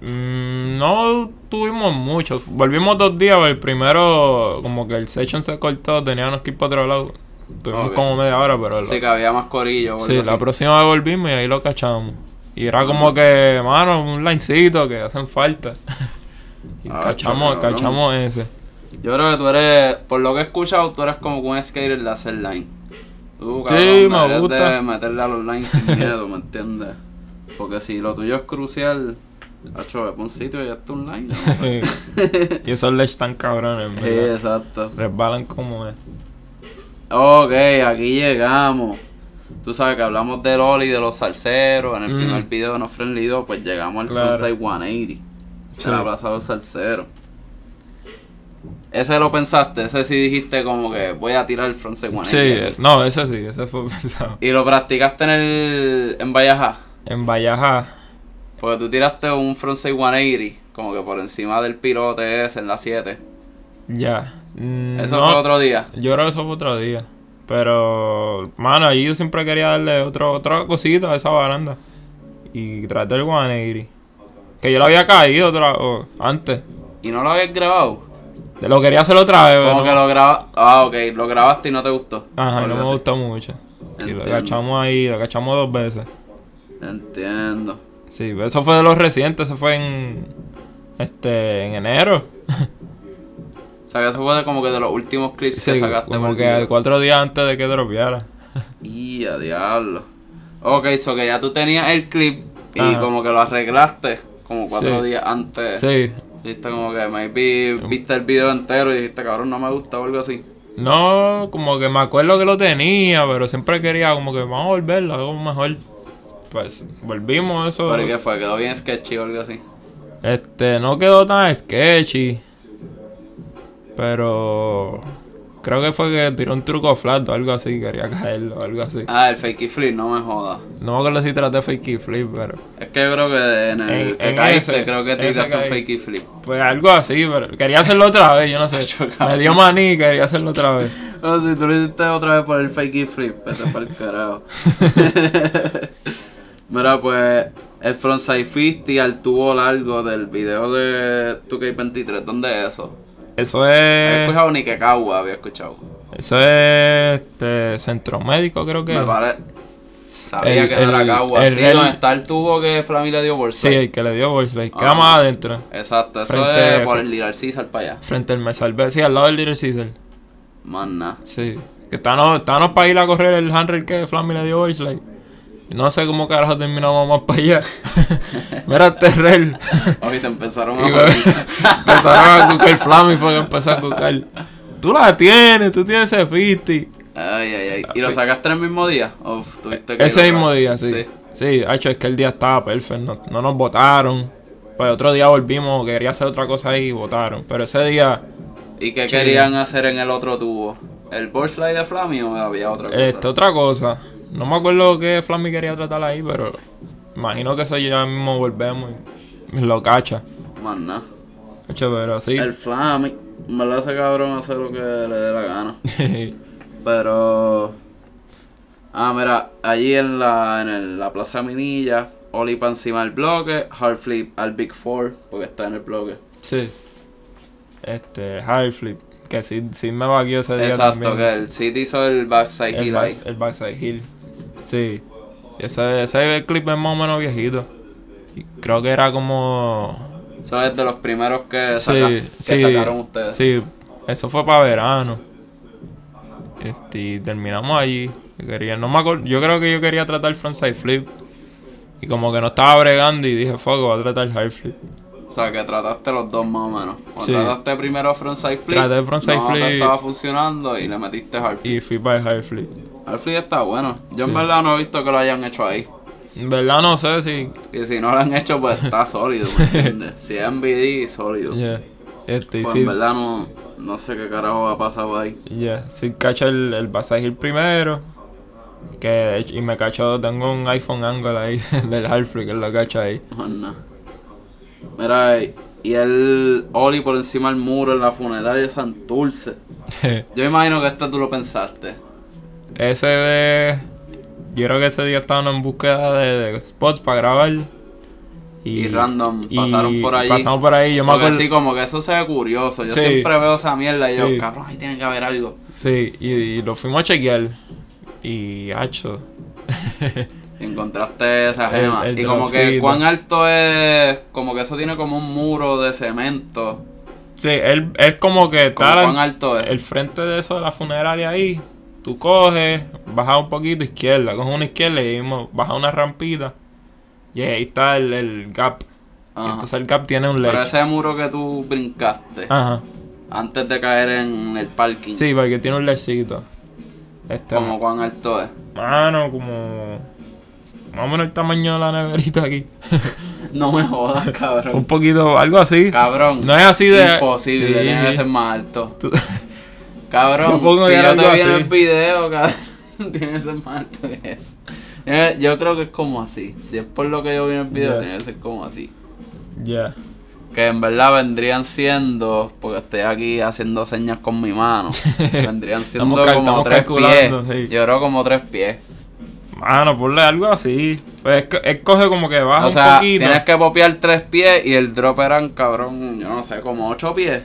Speaker 2: mm, no tuvimos mucho. Volvimos dos días. pero El primero, como que el session se cortó. Teníamos que ir para otro lado. Tuvimos
Speaker 1: Ok.
Speaker 2: como media hora, pero.
Speaker 1: Sí, que había más corillo. o
Speaker 2: Sí,
Speaker 1: algo
Speaker 2: la
Speaker 1: así.
Speaker 2: próxima vez volvimos y ahí lo cachamos. Y era como que, mano, un linecito que hacen
Speaker 1: *laughs*
Speaker 2: falta. y
Speaker 1: Ah,
Speaker 2: cachamos,
Speaker 1: chaval,
Speaker 2: cachamos ese.
Speaker 1: Yo creo que tú eres. Por lo que he escuchado, tú eres como que un skater de hacer line. Tú,
Speaker 2: Sí, me
Speaker 1: eres de
Speaker 2: gusta.
Speaker 1: meterle a los lines
Speaker 2: *laughs*
Speaker 1: sin miedo, ¿me entiendes? Porque si lo tuyo es crucial. Hacho, ve pa' un sitio y ya está un
Speaker 2: *laughs*
Speaker 1: line. ¿no? *laughs*
Speaker 2: y esos lech tan cabrones, en
Speaker 1: Sí,
Speaker 2: ¿verdad?
Speaker 1: exacto.
Speaker 2: Resbalan como es.
Speaker 1: Ok, aquí llegamos. Tú sabes que hablamos de Loli, de los salseros. En el
Speaker 2: Mm.
Speaker 1: primer video de No Friendly 2, pues llegamos al
Speaker 2: Claro.
Speaker 1: Frontside 180.
Speaker 2: Sí.
Speaker 1: En la plaza de los salseros. Ese lo pensaste, ese sí dijiste como que voy a tirar el Frontside
Speaker 2: Sí,
Speaker 1: 180.
Speaker 2: eh, no, ese sí, ese fue *laughs* pensado.
Speaker 1: Y lo practicaste en el. en Valleja.
Speaker 2: En Vallaja,
Speaker 1: Porque tú tiraste un Frontside 180, como que por encima del pilote ese en la 7.
Speaker 2: ya. Mm,
Speaker 1: Eso
Speaker 2: no,
Speaker 1: fue otro día.
Speaker 2: Yo creo que eso fue otro día. Pero, mano, ahí yo siempre quería darle otro, otra cosita a esa baranda. Y traté el 180. Que yo lo había caído otra, o- antes.
Speaker 1: Y no lo habías grabado.
Speaker 2: Lo quería hacer otra vez,
Speaker 1: Como
Speaker 2: pero
Speaker 1: que
Speaker 2: Eh, no-
Speaker 1: lo grabas. Ah, ok, lo grabaste y no te gustó.
Speaker 2: Ajá, y
Speaker 1: Algo
Speaker 2: no me
Speaker 1: así.
Speaker 2: gustó mucho. Y lo
Speaker 1: Entiendo.
Speaker 2: cachamos ahí, lo cachamos dos veces.
Speaker 1: Entiendo.
Speaker 2: Sí, pero eso fue de los recientes, eso fue en. Este, en enero.
Speaker 1: O sea, que eso fue de como que de los últimos
Speaker 2: *laughs*
Speaker 1: clips que
Speaker 2: Sí,
Speaker 1: sacaste.
Speaker 2: como
Speaker 1: por
Speaker 2: que
Speaker 1: video.
Speaker 2: cuatro días antes de que dropeara.
Speaker 1: Y a diablo. Ok, so que ya tú tenías el clip y
Speaker 2: Ajá.
Speaker 1: como que lo arreglaste como cuatro
Speaker 2: Sí.
Speaker 1: días antes.
Speaker 2: Sí.
Speaker 1: Viste como que maybe viste el video entero y dijiste, cabrón, no me gusta o algo así.
Speaker 2: No, como que me acuerdo que lo tenía, pero siempre quería como que vamos a volverlo, algo mejor. Pues volvimos eso.
Speaker 1: Pero ¿y qué fue? Quedó bien sketchy o algo así.
Speaker 2: Este, no quedó tan sketchy. Pero creo que fue que tiró un truco flat o algo así, quería caerlo o algo así.
Speaker 1: Ah, el fakey flip, no me jodas.
Speaker 2: No me acuerdo si traté fakey flip, pero.
Speaker 1: Es que yo creo que en el
Speaker 2: En-
Speaker 1: que
Speaker 2: en
Speaker 1: caíste,
Speaker 2: ese,
Speaker 1: creo que
Speaker 2: ese
Speaker 1: tiraste un
Speaker 2: caí.
Speaker 1: fakey flip.
Speaker 2: Pues algo así, pero quería hacerlo otra vez, yo no
Speaker 1: *laughs*
Speaker 2: sé. Me dio maní, quería hacerlo otra vez.
Speaker 1: No,
Speaker 2: *laughs*
Speaker 1: si tú lo hiciste otra vez por el fakey flip, ese fue el carajo. *laughs* Mira, pues el Frontside 50 al tubo largo del video de 2K23, ¿dónde es eso?
Speaker 2: Eso
Speaker 1: No he
Speaker 2: es.
Speaker 1: escuchado ni que Kawa había escuchado.
Speaker 2: Eso es. Este, centro médico, creo que.
Speaker 1: Me
Speaker 2: es.
Speaker 1: pare... Sabía
Speaker 2: Eh. El-
Speaker 1: que no
Speaker 2: el-
Speaker 1: era Kawa.
Speaker 2: el-
Speaker 1: sí,
Speaker 2: el-
Speaker 1: donde está el tubo que Flammy le dio por
Speaker 2: Sí, el que le dio Volkswagen. Queda
Speaker 1: Ah.
Speaker 2: más adentro.
Speaker 1: Exacto, eso
Speaker 2: Frente-
Speaker 1: es por el Liral Caesar para allá.
Speaker 2: Frente al Mesalbe. Sí, al lado del Little Caesar.
Speaker 1: Más nada.
Speaker 2: Sí. Que estábamos para ir a correr el handrail que Flammy le dio Volkswagen. No sé cómo carajo terminamos más para allá. *laughs* Mira, Terrell.
Speaker 1: Oye, te empezaron
Speaker 2: *laughs* Y
Speaker 1: a
Speaker 2: me-
Speaker 1: joder.
Speaker 2: empezaron a cucar Flammy fue que empezó a cucar. Tú la tienes, tú tienes ese 50.
Speaker 1: Ay, ay, ay. ¿Y lo sacaste en el mismo día? Uf, tuviste que ir
Speaker 2: Ese
Speaker 1: otra
Speaker 2: mismo
Speaker 1: vez.
Speaker 2: día, sí. Sí, hecho es que el día estaba perfecto, no, no nos votaron. Pues otro día volvimos, quería hacer otra cosa ahí y votaron. Pero ese día,
Speaker 1: ¿Y qué querían hacer en el otro tubo? ¿El board slide de Flammy o había otra cosa?
Speaker 2: este, otra cosa. No me acuerdo qué Flammy quería tratar ahí, pero imagino que eso ya mismo volvemos y lo cacha.
Speaker 1: Más nada.
Speaker 2: Hecho, pero sí.
Speaker 1: El Flammy. Me lo hace cabrón hacer lo que le dé la gana. Pero. Ah, mira, allí en la, en el- la Plaza Minilla, Oli para encima del bloque, Hard Flip al Big Four, porque está en el bloque.
Speaker 2: *laughs* sí. Este, High Flip. Que sí, sí me vaqueó ese día
Speaker 1: Exacto,
Speaker 2: también.
Speaker 1: que el City hizo el backside
Speaker 2: el,
Speaker 1: heel
Speaker 2: back-
Speaker 1: ahí.
Speaker 2: el Backside Hill. Sí. Ese, ese clip es más o menos viejito. Y creo que era como.
Speaker 1: Eso es de los primeros que, saca-
Speaker 2: Sí,
Speaker 1: que
Speaker 2: sí,
Speaker 1: sacaron ustedes.
Speaker 2: Sí, eso fue para verano. Este, y terminamos allí. Yo Quería, no me acuerdo, yo creo que yo quería tratar frontside flip. Y como que no estaba bregando y dije, fuck, voy a tratar high flip.
Speaker 1: O sea, que trataste los dos más o menos. O
Speaker 2: Sí.
Speaker 1: Trataste primero frontside flip.
Speaker 2: Traté frontside
Speaker 1: no
Speaker 2: flip.
Speaker 1: te estaba funcionando y le metiste hard flip.
Speaker 2: Y fui para el high flip.
Speaker 1: Hard flip está bueno. Yo en verdad no he visto que lo hayan hecho ahí.
Speaker 2: En verdad no sé si
Speaker 1: Y si no lo han hecho, pues
Speaker 2: *laughs*
Speaker 1: está sólido, ¿me entiendes? si es MVD, sólido.
Speaker 2: Yeah. Este, y
Speaker 1: Pues
Speaker 2: sí,
Speaker 1: en verdad no, no sé qué carajo va a pasar por ahí.
Speaker 2: yeah. sí cacho el, el Bassage Hill primero. Que, y me cacho, tengo un iPhone angle ahí *laughs* del Halfrey que lo cacho ahí. *laughs*
Speaker 1: Más nada. Mira, eh, y el Oli por encima del muro en la funeraria de Santurce. Yo imagino que esto tú lo pensaste.
Speaker 2: ese de. Yo creo que ese día estaban en búsqueda de, de spots para grabar.
Speaker 1: Y random, pasaron por allí.
Speaker 2: Pasaron por ahí, yo me
Speaker 1: Porque
Speaker 2: acuerdo.
Speaker 1: así como que eso se ve curioso. Yo
Speaker 2: Sí.
Speaker 1: siempre veo esa mierda y
Speaker 2: Sí.
Speaker 1: yo, cabrón, ahí tiene que haber algo.
Speaker 2: Sí, y, y lo fuimos a chequear. Y. hacho.
Speaker 1: Y encontraste esa gema.
Speaker 2: El- el
Speaker 1: y como que
Speaker 2: trocito.
Speaker 1: cuán alto es, como que eso tiene como un muro de cemento.
Speaker 2: Sí, él es como que
Speaker 1: Como
Speaker 2: está la-
Speaker 1: cuán alto es.
Speaker 2: el frente de eso de la funeraria ahí. Tú coges, bajas un poquito izquierda, coges una izquierda y mismo bajas una rampita. Y ahí está el, el gap. Y
Speaker 1: Ajá.
Speaker 2: entonces el gap tiene un
Speaker 1: Pero
Speaker 2: ledge.
Speaker 1: ese muro que tú brincaste
Speaker 2: Ajá.
Speaker 1: antes de caer en el parking,
Speaker 2: Sí, porque tiene un ledgecito. Este,
Speaker 1: como cuán alto es.
Speaker 2: mano, como. Más o menos el tamaño de la neverita aquí.
Speaker 1: No me jodas,
Speaker 2: *laughs* un
Speaker 1: cabrón.
Speaker 2: poquito, algo así.
Speaker 1: cabrón.
Speaker 2: No es así de-
Speaker 1: Imposible,
Speaker 2: Sí.
Speaker 1: tiene que ser más alto.
Speaker 2: Tú-
Speaker 1: Cabrón,
Speaker 2: Yo pongo
Speaker 1: si
Speaker 2: ya
Speaker 1: yo
Speaker 2: algo
Speaker 1: te vi en
Speaker 2: así.
Speaker 1: el video, cabrón, *laughs* tiene que ser más alto que eso. Eh, Yo creo que es como así. Si es por lo que yo vi en el video,
Speaker 2: Ya.
Speaker 1: tiene que ser como así.
Speaker 2: *laughs* Ya.
Speaker 1: Que en verdad vendrían siendo, porque estoy aquí haciendo señas con mi
Speaker 2: *laughs*
Speaker 1: mano, vendrían siendo
Speaker 2: Estamos cal-
Speaker 1: como
Speaker 2: estamos
Speaker 1: tres pies.
Speaker 2: calculando, sí.
Speaker 1: Yo creo como tres pies.
Speaker 2: Mano, ponle algo así. Pues es que- él coge como que baja
Speaker 1: O sea,
Speaker 2: un poquito.
Speaker 1: tienes que popear tres pies y el drop eran, cabrón, yo no sé, como ocho pies.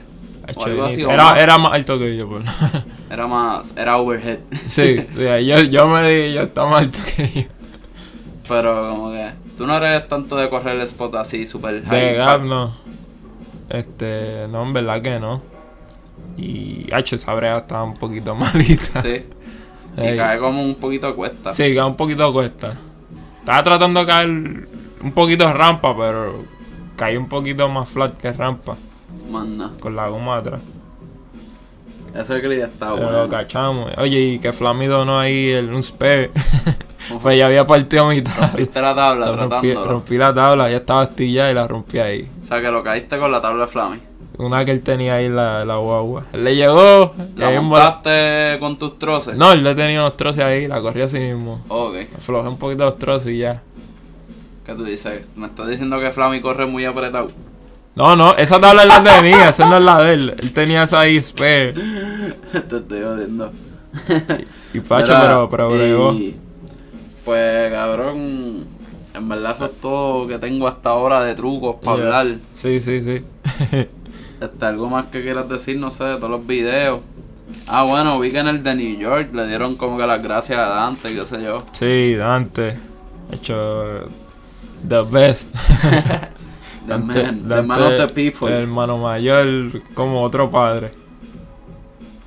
Speaker 2: Ay,
Speaker 1: o algo así,
Speaker 2: chorizo.
Speaker 1: o más.
Speaker 2: era, era más alto que yo, pues. *laughs*
Speaker 1: Era más, era overhead. *laughs*
Speaker 2: sí, sí, yo, yo me di, yo estaba más alto que yo.
Speaker 1: Pero como que, tú no eres tanto de correr el spot así, super
Speaker 2: De
Speaker 1: high.
Speaker 2: gap,
Speaker 1: impact.
Speaker 2: no. Este, no, en verdad que no. Y H, esa brea estaba un poquito *laughs* malita.
Speaker 1: Sí. Y
Speaker 2: Ey.
Speaker 1: cae como un poquito a cuesta.
Speaker 2: Sí, que un poquito cuesta. Estaba tratando de caer un poquito de rampa, pero caí un poquito más flat que rampa
Speaker 1: Más nada.
Speaker 2: con la goma atrás.
Speaker 1: Ese clip está
Speaker 2: Pero
Speaker 1: Ah, bueno.
Speaker 2: lo cachamos. Oye, y que Flamido no ahí el, un spare. *laughs* pues ya había partido a mitad.
Speaker 1: Viste la tabla
Speaker 2: La rompí,
Speaker 1: tratándolo.
Speaker 2: rompí la tabla, ya estaba astillada y la rompí ahí.
Speaker 1: O sea, que lo caíste con la tabla de Flammy.
Speaker 2: Una que él tenía ahí, la, la guagua. Él le llegó. y
Speaker 1: La
Speaker 2: ahí en bola-
Speaker 1: montaste con tus troces.
Speaker 2: No, él le tenía unos troces ahí, la corrí así mismo.
Speaker 1: Ok.
Speaker 2: Aflojé un poquito los troces y ya.
Speaker 1: ¿Qué tú dices? Me estás diciendo que Flammy corre muy apretado. *laughs*
Speaker 2: No, no, esa tabla es la de mí, esa no es la de él. Él tenía esa ahí, spare.
Speaker 1: Te estoy jodiendo.
Speaker 2: Y Pacho,
Speaker 1: Mira,
Speaker 2: pero, pero bregó.
Speaker 1: y, Pues, cabrón. En verdad eso es todo que tengo hasta ahora de trucos para
Speaker 2: Yeah.
Speaker 1: hablar.
Speaker 2: Sí, sí, sí. *laughs*
Speaker 1: Este, algo más que quieras decir, no sé, de todos los videos. Ah, bueno, vi que en el de New York le dieron como que las gracias a Dante, qué sé yo.
Speaker 2: sí, Dante. Hecho. The best.
Speaker 1: *laughs* The man, the man of the people.
Speaker 2: el hermano mayor, como otro padre.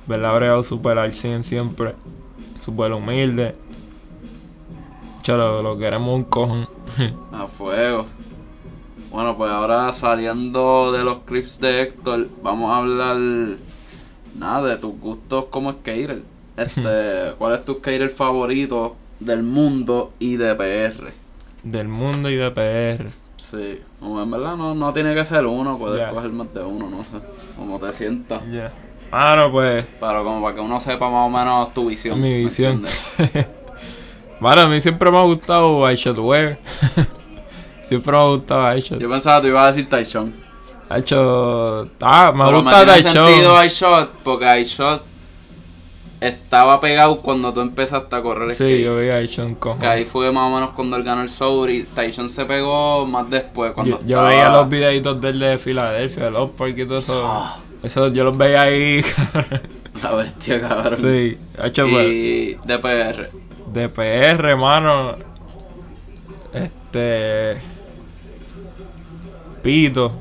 Speaker 2: ¿Verdad? Breo super al 100 siempre. Super humilde. Hecho, lo, lo queremos un cojón.
Speaker 1: A fuego. Bueno, pues ahora saliendo de los clips de Héctor, vamos a hablar nada de tus gustos como
Speaker 2: *laughs*
Speaker 1: skater. Este, ¿cuál es tu skater favorito del mundo y de PR?
Speaker 2: Del mundo y de PR.
Speaker 1: Sí, como en verdad no, no tiene que ser uno, puedes
Speaker 2: Ya.
Speaker 1: coger más de uno, no sé, como te sientas.
Speaker 2: Ya. Ah, no, pues.
Speaker 1: Pero como para que uno sepa más o menos tu visión.
Speaker 2: Mi
Speaker 1: ¿me
Speaker 2: visión.
Speaker 1: entiendes?
Speaker 2: *laughs* Bueno, a mí siempre me ha gustado I Shot Wear. *laughs* siempre me ha gustado I Shot.
Speaker 1: Yo pensaba que tú ibas a decir Taichon.
Speaker 2: Ha hecho. Ah, me
Speaker 1: Pero
Speaker 2: gusta
Speaker 1: tiene
Speaker 2: I
Speaker 1: sentido
Speaker 2: Shot.
Speaker 1: iShot porque iShot estaba pegado cuando tú empezaste a correr
Speaker 2: Sí,
Speaker 1: skate.
Speaker 2: yo vi I Shot cojo.
Speaker 1: Que ahí fue más o menos cuando él ganó el Sour y Tyson se pegó más después cuando
Speaker 2: Yo, yo
Speaker 1: estaba-
Speaker 2: veía los videitos del de Filadelfia, de los parques y todo eso.
Speaker 1: Ah.
Speaker 2: Eso yo los veía ahí. *laughs*
Speaker 1: La bestia, cabrón.
Speaker 2: sí, ha hecho pues,
Speaker 1: Y DPR.
Speaker 2: de PR, mano. Este. Pito.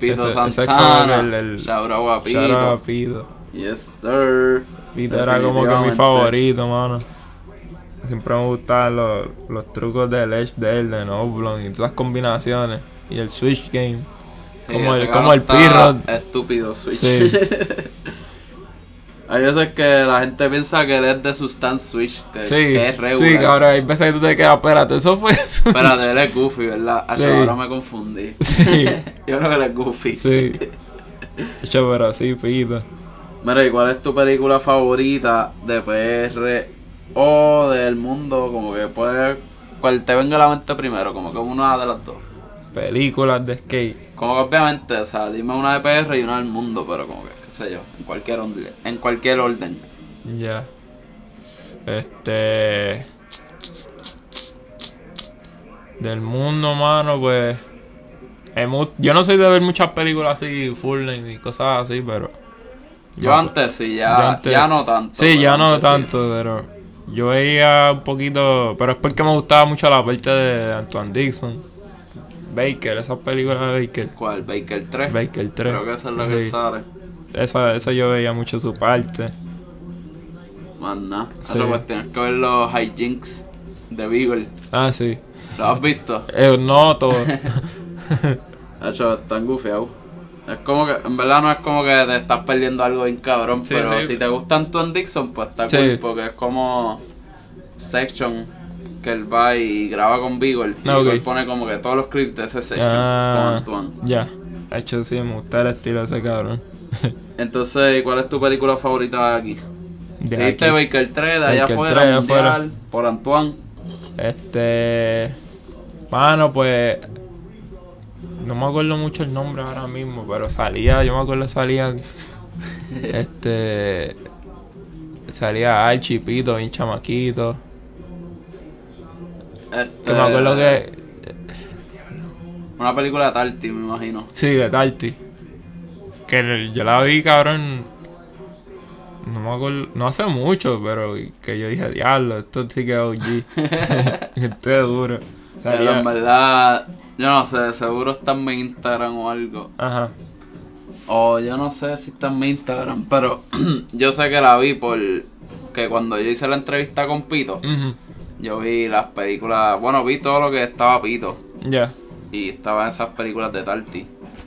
Speaker 1: Pito
Speaker 2: Ese- ese es
Speaker 1: Santana.
Speaker 2: como el- el-
Speaker 1: Shout out a Pito.
Speaker 2: Shout out a Pito.
Speaker 1: Yes, sir.
Speaker 2: Pito era como que mi
Speaker 1: Definitivamente.
Speaker 2: favorito, mano. Siempre me gustaban los, los trucos del Edge de él, de Noblon y todas las combinaciones. Y el Switch Game.
Speaker 1: Sí,
Speaker 2: Como
Speaker 1: ese
Speaker 2: el, como el
Speaker 1: cabrón está eh,
Speaker 2: Pirro.
Speaker 1: Estúpido Switch.
Speaker 2: Sí.
Speaker 1: *laughs* Hay veces que la gente piensa que él es de Substance Switch, que,
Speaker 2: Sí,
Speaker 1: que es regular.
Speaker 2: sí, cabrón, hay veces que tú te quedas, espérate, eso fue eso.
Speaker 1: Espérate, él es Goofy, ¿verdad? Ah,
Speaker 2: Sí.
Speaker 1: Ahora me confundí.
Speaker 2: *laughs* Sí.
Speaker 1: *laughs* Yo creo que él es Goofy.
Speaker 2: *laughs* Sí. Hecho, pero sí, Pito.
Speaker 1: Mira, ¿y cuál es tu película favorita de PR o del mundo? Como que puede. ¿Cuál te venga a la mente primero? Como que una de las dos.
Speaker 2: Películas de skate.
Speaker 1: Como que obviamente, o sea, dime una de PR y una del mundo, pero como que, qué sé yo, en cualquier, orden- en cualquier orden.
Speaker 2: Ya. Este. Del mundo, mano, pues. hay mu- Yo no soy de ver muchas películas así, full length y cosas así, pero. Ah,
Speaker 1: Yo antes sí, ya,
Speaker 2: Yo antes-
Speaker 1: ya no tanto.
Speaker 2: Sí,
Speaker 1: pero
Speaker 2: ya no
Speaker 1: antes sí.
Speaker 2: tanto, pero yo veía un poquito, pero es porque me gustaba mucho la parte de Antoine Dixon, Baker, esas películas de Baker,
Speaker 1: ¿Cuál? Baker 3.
Speaker 2: Baker 3.
Speaker 1: Eh, Creo que esa es la que
Speaker 2: Sí.
Speaker 1: sale.
Speaker 2: Esa, esa yo veía mucho su parte.
Speaker 1: Más nada.
Speaker 2: Sí.
Speaker 1: Otra cuestión tienes que ver los hijinks de Beagle.
Speaker 2: Ah, sí.
Speaker 1: ¿Lo has visto?
Speaker 2: Eh, no todo.
Speaker 1: Hacho, están gufiados. Es como que, en verdad no es como que te estás perdiendo algo bien cabrón,
Speaker 2: Sí,
Speaker 1: pero
Speaker 2: sí.
Speaker 1: si te gusta Antoine Dixon, pues está
Speaker 2: Sí.
Speaker 1: cool, porque es como Section que él va y graba con Beagle. Y
Speaker 2: Ah, ok.
Speaker 1: Beagle pone como que todos los clips de ese Section
Speaker 2: ah,
Speaker 1: con Antoine.
Speaker 2: ya. De hecho, sí, me gusta el estilo de ese cabrón. *laughs*
Speaker 1: Entonces, ¿y ¿cuál es tu película favorita de aquí?
Speaker 2: De
Speaker 1: Dijiste
Speaker 2: aquí.
Speaker 1: Baker 3, de allá
Speaker 2: Baker
Speaker 1: afuera,
Speaker 2: 3, allá
Speaker 1: mundial,
Speaker 2: afuera.
Speaker 1: por Antoine.
Speaker 2: Este. Mano, pues. No me acuerdo mucho el nombre ahora mismo, pero salía, yo me acuerdo salía. Este. Salía Archie, Pito, bien chamaquito.
Speaker 1: Este,
Speaker 2: Que me acuerdo que.
Speaker 1: Una película de Tarty, me imagino.
Speaker 2: Sí, de Tarty. Que yo la vi, cabrón. No me acuerdo, no hace mucho, pero que yo dije, diablo, esto sí que
Speaker 1: *laughs*
Speaker 2: es OG. esto es duro.
Speaker 1: Pero en
Speaker 2: Salía,
Speaker 1: verdad, yo no sé, seguro está en mi Instagram o algo.
Speaker 2: ajá.
Speaker 1: O yo no sé si está en mi Instagram, pero *clears throat* yo sé que la vi por que cuando yo hice la entrevista con Pito,
Speaker 2: ujú,
Speaker 1: yo vi las películas, bueno, vi todo lo que estaba Pito
Speaker 2: Ya.
Speaker 1: y estaba en esas películas de Tarty.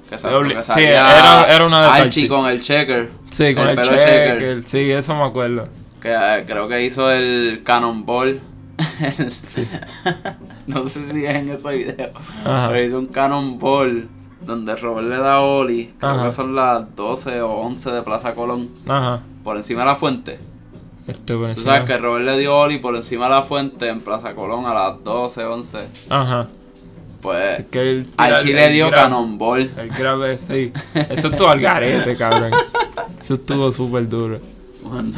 Speaker 1: Que
Speaker 2: Sí,
Speaker 1: exacto, que
Speaker 2: era-
Speaker 1: salía
Speaker 2: era una de
Speaker 1: Archie
Speaker 2: Tarty.
Speaker 1: con el checker.
Speaker 2: Sí, con el,
Speaker 1: pelo
Speaker 2: checker. Sí, eso me acuerdo.
Speaker 1: Que eh, creo que hizo el Cannonball. *laughs* no sé si es en ese video.
Speaker 2: Ajá.
Speaker 1: Pero hizo un Cannonball donde Robert le da a Oli. Creo
Speaker 2: Ajá.
Speaker 1: que son las 12 o 11 de Plaza Colón.
Speaker 2: Ajá.
Speaker 1: Por encima de la fuente.
Speaker 2: Este por
Speaker 1: Tú
Speaker 2: encima.
Speaker 1: sabes que Robert le dio a Oli por encima de la fuente en Plaza Colón a las 12, 11.
Speaker 2: Ajá.
Speaker 1: Pues
Speaker 2: Es que el
Speaker 1: al Chile dio
Speaker 2: canon
Speaker 1: Cannonball.
Speaker 2: El grave, sí. Eso estuvo
Speaker 1: *laughs*
Speaker 2: al garete, cabrón. Eso estuvo súper duro.
Speaker 1: Bueno,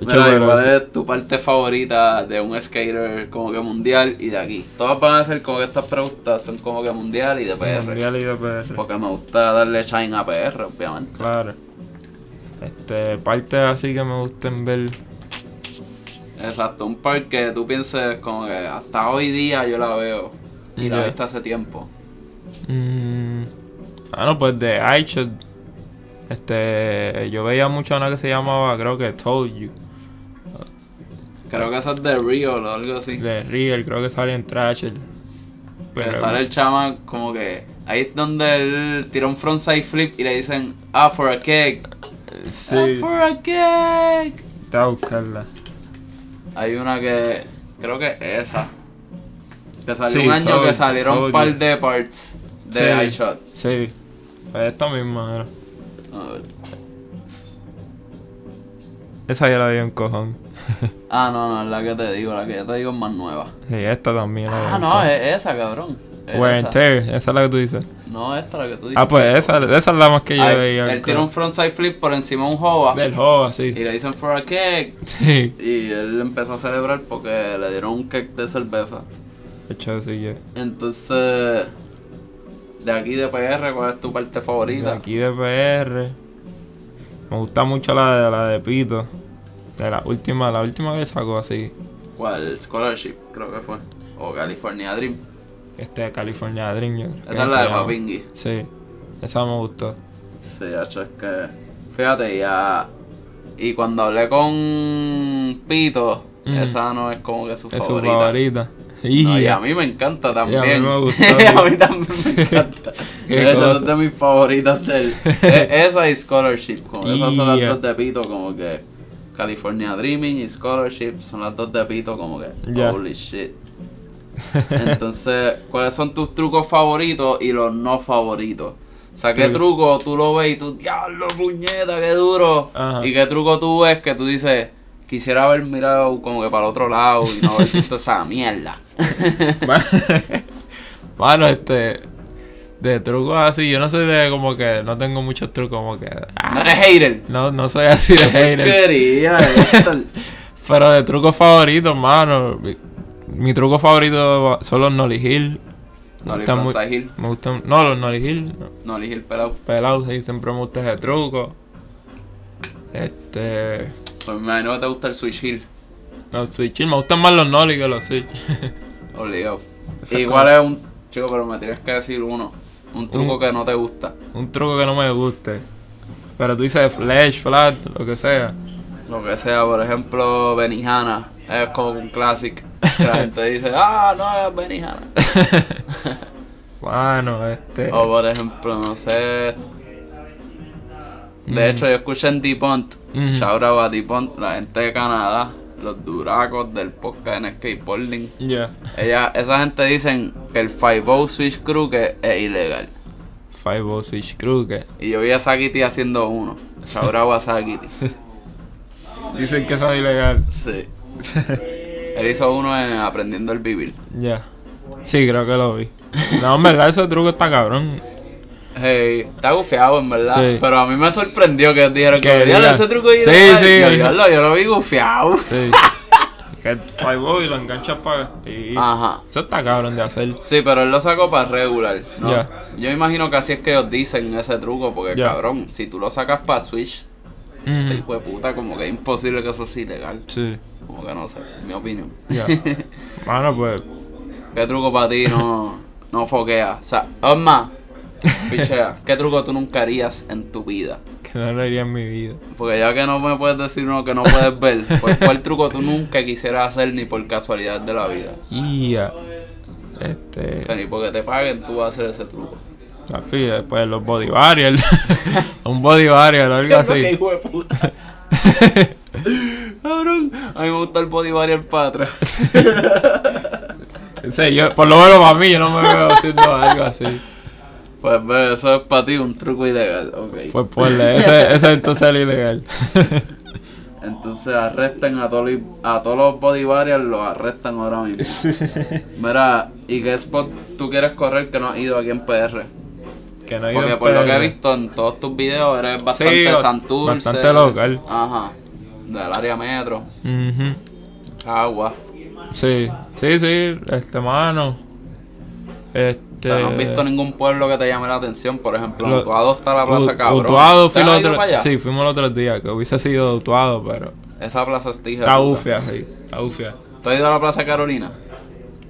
Speaker 1: Mira, ¿cuál es tu parte favorita de un skater como que mundial y de aquí? Todas van a ser como que estas preguntas son como que mundial y de PR.
Speaker 2: Mundial y de PR.
Speaker 1: Porque me gusta darle shine a PR, obviamente.
Speaker 2: Claro. Este, partes así que me gusten ver.
Speaker 1: Exacto, un par que tú pienses como que hasta hoy día yo la veo. Y la
Speaker 2: Ya.
Speaker 1: he visto hace tiempo.
Speaker 2: Mm, ah, no, pues de iShot. Este, yo veía mucho una que se llamaba, creo que Told You.
Speaker 1: Creo que esa es de Rio o algo así.
Speaker 2: De Real, creo que sale en Trasher.
Speaker 1: Pero sale el chama como que ahí es donde él tira un frontside flip y le dicen, ah, for a cake. Ah,
Speaker 2: Eh, Sí,
Speaker 1: for a cake.
Speaker 2: te voy a buscarla.
Speaker 1: Hay una que creo que es esa. Que salió
Speaker 2: Sí,
Speaker 1: un año
Speaker 2: told-
Speaker 1: que salieron un
Speaker 2: told
Speaker 1: par
Speaker 2: you.
Speaker 1: de parts de
Speaker 2: Sí.
Speaker 1: iShot.
Speaker 2: Sí, pues esta misma era.
Speaker 1: A ver.
Speaker 2: Esa ya la vi en cojón. *laughs*
Speaker 1: Ah, no, no, es la que te digo, la que yo te digo es más nueva.
Speaker 2: Y esta también la vi
Speaker 1: Ah,
Speaker 2: en
Speaker 1: no,
Speaker 2: cojón.
Speaker 1: es esa, cabrón. Es
Speaker 2: Wear and
Speaker 1: esa.
Speaker 2: Tear, esa es la que tú dices.
Speaker 1: No, esta la que tú dices.
Speaker 2: Pues, Ah, pues esa, esa es la más que yo
Speaker 1: Ah,
Speaker 2: veía.
Speaker 1: él tira un frontside flip por encima de un jova
Speaker 2: Del Hoa, sí.
Speaker 1: y le dicen for a cake.
Speaker 2: *laughs* Sí,
Speaker 1: Y él empezó a celebrar porque le dieron un cake de cerveza.
Speaker 2: de hecho, sí, yo.
Speaker 1: Entonces, de aquí de PR, ¿cuál es tu parte
Speaker 2: De
Speaker 1: favorita?
Speaker 2: aquí de PR. Me gusta mucho la de la de Pito. De la última, la última que sacó así.
Speaker 1: ¿Cuál? Scholarship, creo que fue. O California Dream.
Speaker 2: Este California Dream. yo creo
Speaker 1: Esa
Speaker 2: que
Speaker 1: es
Speaker 2: se
Speaker 1: la de
Speaker 2: llama.
Speaker 1: Papingui.
Speaker 2: Sí. Esa me gustó.
Speaker 1: Sí, hecho es que. Fíjate, ya. Y cuando hablé con Pito,
Speaker 2: Mm.
Speaker 1: esa no es como que su
Speaker 2: Es su
Speaker 1: favorita.
Speaker 2: favorita.
Speaker 1: No, y
Speaker 2: Y-
Speaker 1: a mí me encanta también. *laughs*
Speaker 2: me gustó,
Speaker 1: a
Speaker 2: sí.
Speaker 1: mí también
Speaker 2: *laughs*
Speaker 1: me encanta.
Speaker 2: Qué
Speaker 1: de hecho,
Speaker 2: cosa.
Speaker 1: es de mis favoritas del.
Speaker 2: *laughs*
Speaker 1: e- esa y Scholarship. Como que esas son las
Speaker 2: Ya.
Speaker 1: dos de Pito, como que. California Dreaming y Scholarship son las dos de Pito, como que.
Speaker 2: Ya.
Speaker 1: Holy shit. Entonces, *laughs* ¿cuáles son tus trucos favoritos y los no favoritos? O sea, ¿qué
Speaker 2: Tru-
Speaker 1: truco tú lo ves y tú, diablo, puñeta, qué duro?
Speaker 2: Ajá.
Speaker 1: ¿Y qué truco tú ves que tú dices, quisiera haber mirado como que para el otro lado y no haber visto esa
Speaker 2: *laughs*
Speaker 1: mierda?
Speaker 2: Mano, este. De trucos así, yo no soy de como que. No tengo muchos trucos como que. ah,
Speaker 1: No eres hater.
Speaker 2: No, no soy así de
Speaker 1: *laughs*
Speaker 2: hater.
Speaker 1: Quería,
Speaker 2: Pero de trucos favoritos, mano. Mi, mi truco favorito son los Nolly Hill.
Speaker 1: No le
Speaker 2: Está muy-
Speaker 1: Franza Gil.
Speaker 2: Me gustan. No, los Nolly Hill. no.
Speaker 1: No le el pelado.
Speaker 2: Pelados, sí, siempre me gusta ese truco. Este.
Speaker 1: Pues me imagino que te gusta el Switch Hill.
Speaker 2: Los Switch Hill. Me gustan más los Nolly que los Switch. *laughs*
Speaker 1: Obligado.
Speaker 2: Exacto.
Speaker 1: Igual es un. Chico, pero me tienes que decir uno. Un truco
Speaker 2: Un-
Speaker 1: que no te gusta.
Speaker 2: Un truco que no me guste. Pero tú dices flash, flat, lo que sea.
Speaker 1: Lo que sea, por ejemplo, Benihana. Es como un clásico. Que
Speaker 2: *laughs*
Speaker 1: La gente dice, ah, no, es Benihana.
Speaker 2: Bueno, este.
Speaker 1: O por ejemplo, no sé. De
Speaker 2: Mm.
Speaker 1: hecho, yo escuché en DuPont,
Speaker 2: Ujú.
Speaker 1: shout out a DuPont, la gente de Canadá, los duracos del podcast en skateboarding.
Speaker 2: Ya.
Speaker 1: Ella, esa gente dicen que el 5 Switch Crew que es ilegal.
Speaker 2: Five o Switch Crew que.
Speaker 1: Y yo vi a Sakiti haciendo uno. Shout out a
Speaker 2: *laughs*
Speaker 1: Sakiti.
Speaker 2: Dicen que son ilegal.
Speaker 1: Sí. Él hizo uno en Aprendiendo el Vivir.
Speaker 2: Ya. Sí, creo que lo vi. No, en verdad, ese truco está cabrón.
Speaker 1: Hey, está gufiado en verdad.
Speaker 2: Sí.
Speaker 1: Pero a mí me sorprendió que dijeron
Speaker 2: Que
Speaker 1: que diablo
Speaker 2: diga-
Speaker 1: ese truco es
Speaker 2: Sí,
Speaker 1: ilegal.
Speaker 2: sí.
Speaker 1: Yo, diablo, yo lo vi gufiado.
Speaker 2: Sí. que Five y lo enganchas para. Y...
Speaker 1: Ajá.
Speaker 2: Eso está cabrón de hacer.
Speaker 1: Sí, pero él lo sacó para regular, ¿no?
Speaker 2: Ya.
Speaker 1: Yo imagino que así es que ellos dicen ese truco, porque
Speaker 2: Ya. Mm.
Speaker 1: cabrón, si tú lo sacas para Switch, este
Speaker 2: Ujú.
Speaker 1: hijo de puta, como que es imposible que eso sea ilegal.
Speaker 2: Sí.
Speaker 1: Como que no sé, en mi opinión. *laughs*
Speaker 2: Ya. Mano, pues.
Speaker 1: ¿Qué truco para ti no, no foquea? O sea, es más, pichea, ¿qué truco tú nunca harías en tu vida?
Speaker 2: Que no lo haría en mi vida.
Speaker 1: Porque ya que no me puedes decir uno que no puedes ver, pues, ¿cuál truco tú nunca quisieras hacer ni por casualidad de la vida?
Speaker 2: Y ya.
Speaker 1: Que
Speaker 2: Este.
Speaker 1: ni porque te paguen tú vas a hacer ese truco.
Speaker 2: Papi, después los body barrier. *laughs* un body barrier
Speaker 1: *laughs*
Speaker 2: o algo
Speaker 1: Diablo, qué
Speaker 2: así.
Speaker 1: hijo de
Speaker 2: *laughs*
Speaker 1: puta. Cabrón, a mí me gusta el body barrier para atrás. *laughs*
Speaker 2: Sí, yo, por lo menos para mí, yo no me veo haciendo algo así.
Speaker 1: Pues ve, eso es para ti un truco ilegal, ok.
Speaker 2: Pues ponle, ese, ese entonces es ilegal. *laughs*
Speaker 1: Entonces arrestan a todos los- a todos los body barriers, los arrestan ahora mismo.
Speaker 2: *laughs*
Speaker 1: Mira, ¿y qué spot tú quieres correr que no has ido aquí en PR?
Speaker 2: que no hay
Speaker 1: Porque por lo que he visto en todos tus videos eres bastante
Speaker 2: ba-
Speaker 1: Santurce.
Speaker 2: bastante local.
Speaker 1: Ajá. del área metro,
Speaker 2: Ujú.
Speaker 1: agua.
Speaker 2: Sí, sí, sí, este mano.
Speaker 1: O
Speaker 2: Este.
Speaker 1: sea, no has visto ningún pueblo que te llame la atención. Por ejemplo,
Speaker 2: Lo-
Speaker 1: Utuado está la
Speaker 2: U-
Speaker 1: plaza cabrón.
Speaker 2: Utuado
Speaker 1: ¿Te
Speaker 2: fui
Speaker 1: has
Speaker 2: los
Speaker 1: ido
Speaker 2: otro-
Speaker 1: para allá?
Speaker 2: Sí, fuimos los otros días, que hubiese sido Utuado, pero.
Speaker 1: Esa plaza es tija.
Speaker 2: Está ufia, sí, está ufia.
Speaker 1: ¿Tú has ido a la plaza Carolina?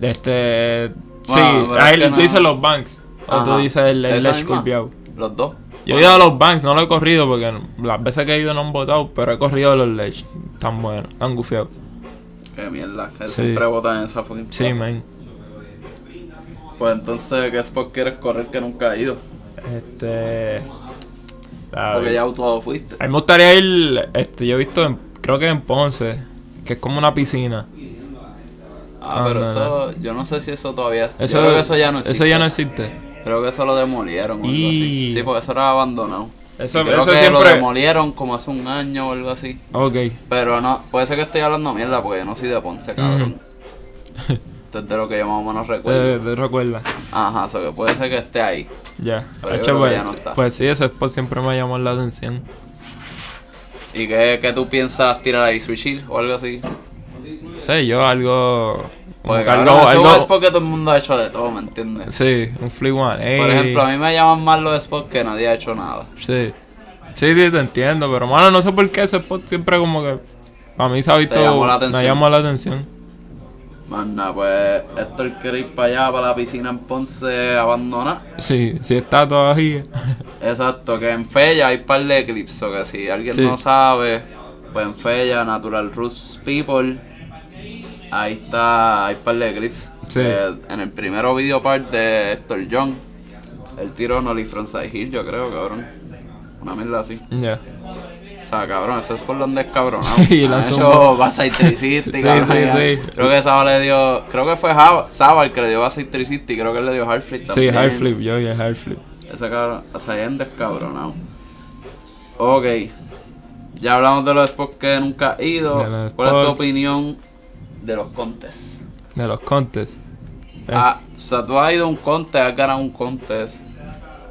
Speaker 2: Este. sí,
Speaker 1: pero
Speaker 2: ahí
Speaker 1: es que
Speaker 2: tú
Speaker 1: no-
Speaker 2: dices los banks. O tú
Speaker 1: Ajá.
Speaker 2: dices el, el
Speaker 1: ¿Esa
Speaker 2: Lech
Speaker 1: misma?
Speaker 2: Curbiao.
Speaker 1: Los dos.
Speaker 2: Yo he ido a los banks, no lo he corrido porque no- las veces que he ido no han votado, pero he corrido los Lech. Tan buenos, tan gufiados.
Speaker 1: Qué mierda, que
Speaker 2: Sí.
Speaker 1: siempre botan en esa fucking
Speaker 2: Sí, man.
Speaker 1: Pues entonces, ¿qué spot quieres correr que nunca has ido?
Speaker 2: Este. la-
Speaker 1: Porque ya Utuado fuiste.
Speaker 2: A mí me gustaría ir, este, yo he visto, en- creo que en Ponce, que es como una piscina.
Speaker 1: Ah,
Speaker 2: Ah,
Speaker 1: pero
Speaker 2: no,
Speaker 1: eso, yo no sé si eso todavía está.
Speaker 2: Eso,
Speaker 1: Yo creo que eso ya no existe.
Speaker 2: Eso ya no existe.
Speaker 1: Creo que eso lo demolieron o algo así.
Speaker 2: Y-
Speaker 1: Sí, porque eso era abandonado.
Speaker 2: Eso-
Speaker 1: Y creo
Speaker 2: eso
Speaker 1: que lo
Speaker 2: siempre-
Speaker 1: demolieron como hace un año o algo así.
Speaker 2: Ok.
Speaker 1: Pero no, puede ser que estoy hablando mierda porque yo no soy de Ponce, cabrón.
Speaker 2: *laughs*
Speaker 1: Esto es de lo que yo más o menos recuerdo.
Speaker 2: Te, te recuerda.
Speaker 1: Ajá, eso que puede ser que esté ahí.
Speaker 2: Ya.
Speaker 1: Pero yo
Speaker 2: Hacho,
Speaker 1: creo que
Speaker 2: pues,
Speaker 1: ya no está.
Speaker 2: pues sí, ese spot siempre me llamó la atención.
Speaker 1: ¿Y qué, qué tú piensas tirar ahí? ¿Switchil o algo así?
Speaker 2: Sí, yo algo.
Speaker 1: Porque
Speaker 2: Como que
Speaker 1: cabrón,
Speaker 2: algo,
Speaker 1: eso es
Speaker 2: algo
Speaker 1: porque todo el mundo ha hecho de todo, ¿me entiendes?
Speaker 2: sí, un flip one.
Speaker 1: Por ejemplo, a mí me llaman más los spots que nadie ha hecho nada.
Speaker 2: Sí. Sí, sí, te entiendo, pero mano, no sé por qué ese spot siempre como que. A mí se ha visto.
Speaker 1: llamó la
Speaker 2: Me
Speaker 1: atención.
Speaker 2: llamó la atención.
Speaker 1: Más nada, pues Héctor quiere ir para allá, para la piscina en Ponce abandonada.
Speaker 2: Sí, sí está todavía. *laughs*
Speaker 1: Exacto, que en Fella hay par de eclipsos, que si alguien
Speaker 2: Sí.
Speaker 1: no sabe, pues en Fella, Natural Roots People, ahí está, hay par de eclipses.
Speaker 2: Sí.
Speaker 1: Que En el primero video part de Héctor John, el tiro no le Frontside Hill, yo creo, cabrón. Una mierda así.
Speaker 2: Ya.
Speaker 1: O sea, cabrón, eso es por donde es cabrón.
Speaker 2: *laughs* Y
Speaker 1: Han
Speaker 2: lanzó un
Speaker 1: hecho *laughs*
Speaker 2: bo-
Speaker 1: Basa y Tricisti,
Speaker 2: *laughs* Sí,
Speaker 1: cabrón,
Speaker 2: sí,
Speaker 1: ya.
Speaker 2: sí.
Speaker 1: Creo que Saba le dio. Creo que fue Java- Saba el que le dio Basa y Tricisti, creo que él le dio Hard Flip
Speaker 2: Sí,
Speaker 1: también.
Speaker 2: hard flip, yo y el hard flip.
Speaker 1: Ese cabrón, o sea, es descabronado. Ok. Ya hablamos de los spots que nunca he
Speaker 2: De
Speaker 1: ido.
Speaker 2: los
Speaker 1: ¿Cuál es tu
Speaker 2: spots.
Speaker 1: opinión de los contests?
Speaker 2: De los contes. Eh.
Speaker 1: Ah, o sea, tú has ido a un contest, has ganado un contest.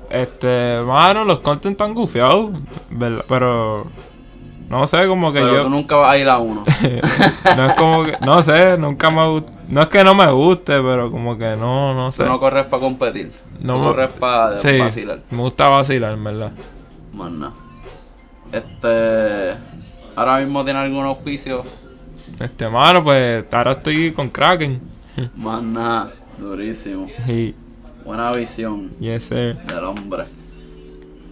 Speaker 2: Este, mano, los contes están gufiados, ¿verdad? Pero. No sé, como que
Speaker 1: pero
Speaker 2: yo.
Speaker 1: tú nunca vas a ir a uno.
Speaker 2: *laughs* no es como que. No sé, nunca me gusta. No es que no me guste, pero como que no, no sé.
Speaker 1: Tú no corres para competir.
Speaker 2: No
Speaker 1: tú
Speaker 2: me-
Speaker 1: corres para
Speaker 2: sí,
Speaker 1: vacilar.
Speaker 2: Me gusta vacilar, en ¿verdad?
Speaker 1: Más nada. Este. Ahora mismo tiene algún auspicio.
Speaker 2: Este, mano, pues ahora estoy con Kraken. *laughs*
Speaker 1: Más nada. Durísimo.
Speaker 2: Y.
Speaker 1: Buena visión
Speaker 2: Yes, sir.
Speaker 1: del hombre.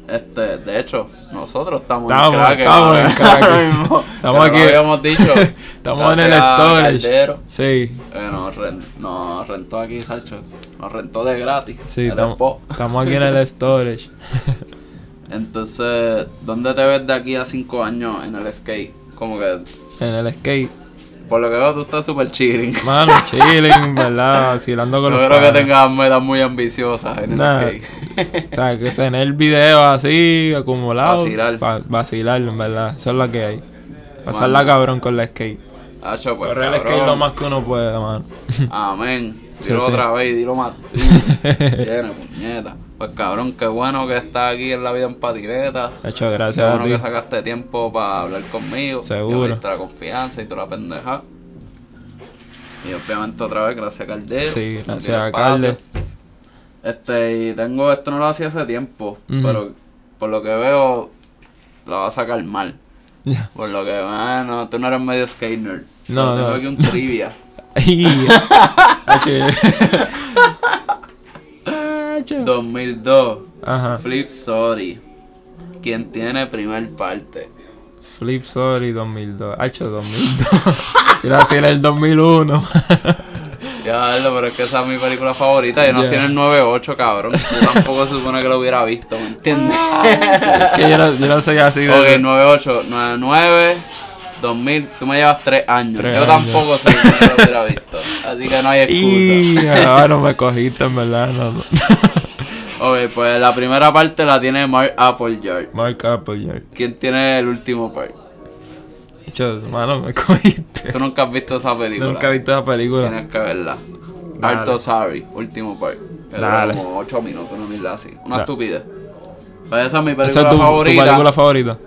Speaker 1: Este, de hecho, nosotros estamos,
Speaker 2: Estamos-
Speaker 1: en Kraken.
Speaker 2: estamos
Speaker 1: ahora-
Speaker 2: en Kraken.
Speaker 1: ahora mismo.
Speaker 2: *laughs*
Speaker 1: *laughs*
Speaker 2: Estamos
Speaker 1: Pero
Speaker 2: aquí.
Speaker 1: Lo habíamos dicho.
Speaker 2: *laughs* Estamos en el
Speaker 1: gracias a
Speaker 2: storage.
Speaker 1: Caldero,
Speaker 2: Sí,
Speaker 1: eh, nos, ren- nos rentó aquí, Sacho. Nos rentó de gratis.
Speaker 2: sí,
Speaker 1: el
Speaker 2: estamos
Speaker 1: spot.
Speaker 2: estamos aquí en el storage.
Speaker 1: Entonces, ¿dónde te ves de aquí a 5 años en el skate? Como que,
Speaker 2: En el skate.
Speaker 1: por lo que veo, tú estás súper chilling.
Speaker 2: Mano, chilling, *laughs* ¿verdad? Vacilando
Speaker 1: *laughs*
Speaker 2: con
Speaker 1: No
Speaker 2: los
Speaker 1: creo que
Speaker 2: panas.
Speaker 1: tengas metas muy ambiciosas en el
Speaker 2: Nah.
Speaker 1: skate. *laughs*
Speaker 2: O sea, que tener videos así, acumulados.
Speaker 1: Vacilar.
Speaker 2: pa- vacilar, en verdad. Eso es lo que hay. Pasarla
Speaker 1: Mano.
Speaker 2: cabrón con la skate.
Speaker 1: Hacho, pues,
Speaker 2: Correr el skate
Speaker 1: cabrón.
Speaker 2: lo más que uno puede, *laughs* mano.
Speaker 1: Amén.
Speaker 2: Sí,
Speaker 1: Dilo
Speaker 2: sí.
Speaker 1: otra vez y dilo
Speaker 2: *laughs*
Speaker 1: más. Tiene, puñeta. Pues cabrón, qué bueno que estás aquí en la vida en patineta.
Speaker 2: Hecho,
Speaker 1: Qué
Speaker 2: gracias
Speaker 1: bueno que
Speaker 2: a ti.
Speaker 1: sacaste tiempo para hablar conmigo.
Speaker 2: Seguro.
Speaker 1: Que me diste la confianza y toda la pendeja. Y obviamente otra vez, gracias a Caldero.
Speaker 2: Sí,
Speaker 1: No
Speaker 2: gracias
Speaker 1: tiene
Speaker 2: a
Speaker 1: espacio.
Speaker 2: Carles.
Speaker 1: Este, y tengo, esto no lo hacía hace tiempo,
Speaker 2: Ujú.
Speaker 1: pero por lo que veo, la va a sacar mal.
Speaker 2: *laughs* Ya.
Speaker 1: Por lo que, bueno, tú no eres medio skater.
Speaker 2: No,
Speaker 1: Tengo
Speaker 2: no.
Speaker 1: aquí un
Speaker 2: *laughs*
Speaker 1: trivia.
Speaker 2: Y- Hacho.
Speaker 1: 2002,
Speaker 2: *laughs* Ajá.
Speaker 1: Flip Sorry. Quien tiene primer parte.
Speaker 2: Flip Sorry 2002. Hacho, *laughs* 2002. Gracias, el *laughs* 2001.
Speaker 1: Ya, lo, pero es que esa es mi película favorita. Yo nací
Speaker 2: Ya.
Speaker 1: en el 98, cabrón. Yo tampoco se supone que lo hubiera visto, ¿me entiendes?
Speaker 2: que yo no, yo no soy así de.
Speaker 1: *laughs* Ok, 98, 99, 2000. Tú me llevas 3 años.
Speaker 2: Tres
Speaker 1: yo
Speaker 2: años.
Speaker 1: tampoco se supone que lo hubiera visto. Así que no hay excusa. *laughs*
Speaker 2: Y ah, no me cogiste, en verdad. No, *laughs* no.
Speaker 1: Ok, pues la primera parte la tiene Mark Appleyard.
Speaker 2: Mark Applejack.
Speaker 1: ¿Quién tiene el último part?
Speaker 2: Yo, mano, me *laughs* cogiste.
Speaker 1: Tú nunca has visto esa película.
Speaker 2: Nunca he visto esa película.
Speaker 1: Tienes que verla.
Speaker 2: Dale.
Speaker 1: Harto Sorry, último part. Que dura
Speaker 2: Dale.
Speaker 1: como 8 minutos, una mierda así. Una
Speaker 2: Da-
Speaker 1: estupidez. Pues esa es mi película
Speaker 2: Esa es tu, tu
Speaker 1: favorita
Speaker 2: película favorita.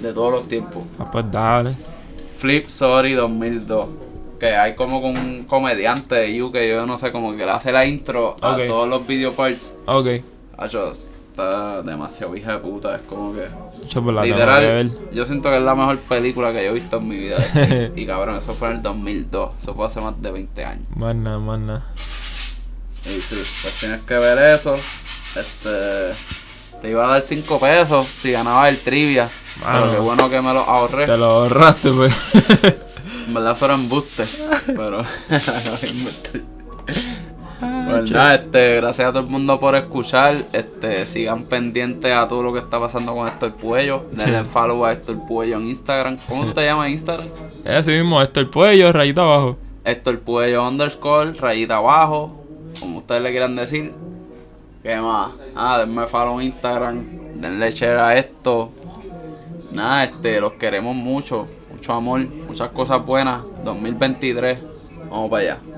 Speaker 1: de todos los tiempos.
Speaker 2: Ah, pues dale.
Speaker 1: Flip Sorry 2002. Que hay como con un comediante de UK, yo no sé, como que le hace la intro
Speaker 2: Ok.
Speaker 1: a todos los video parts.
Speaker 2: Ok.
Speaker 1: Acho, está demasiado hija de puta, es como que.
Speaker 2: Chocolate.
Speaker 1: Literal, yo siento que es la mejor película que yo he visto en mi vida.
Speaker 2: *laughs*
Speaker 1: y cabrón, eso fue en el 2002, eso fue hace más de 20 años.
Speaker 2: Más nada, más nada.
Speaker 1: Y sí, pues tienes que ver eso. Este. Te iba a dar 5 pesos si ganabas el trivia.
Speaker 2: Mano.
Speaker 1: Pero qué bueno que me lo ahorré.
Speaker 2: Te lo ahorraste, pues. pero.
Speaker 1: En verdad eso era embuste. pero. *laughs* Pues nada, este, gracias a todo el mundo por escuchar. Este, sigan pendientes a todo lo que está pasando con Héctor Puello. Denle follow a Héctor Puello en Instagram. ¿Cómo te llamas en Instagram?
Speaker 2: *laughs* es así mismo, esto el cuello, rayita abajo.
Speaker 1: Héctor Puello underscore, rayita abajo, como ustedes le quieran decir. ¿Qué más? Ah, denme follow en Instagram, denle share a esto. Nada, este, los queremos mucho, mucho amor, muchas cosas buenas. 2023, vamos para allá.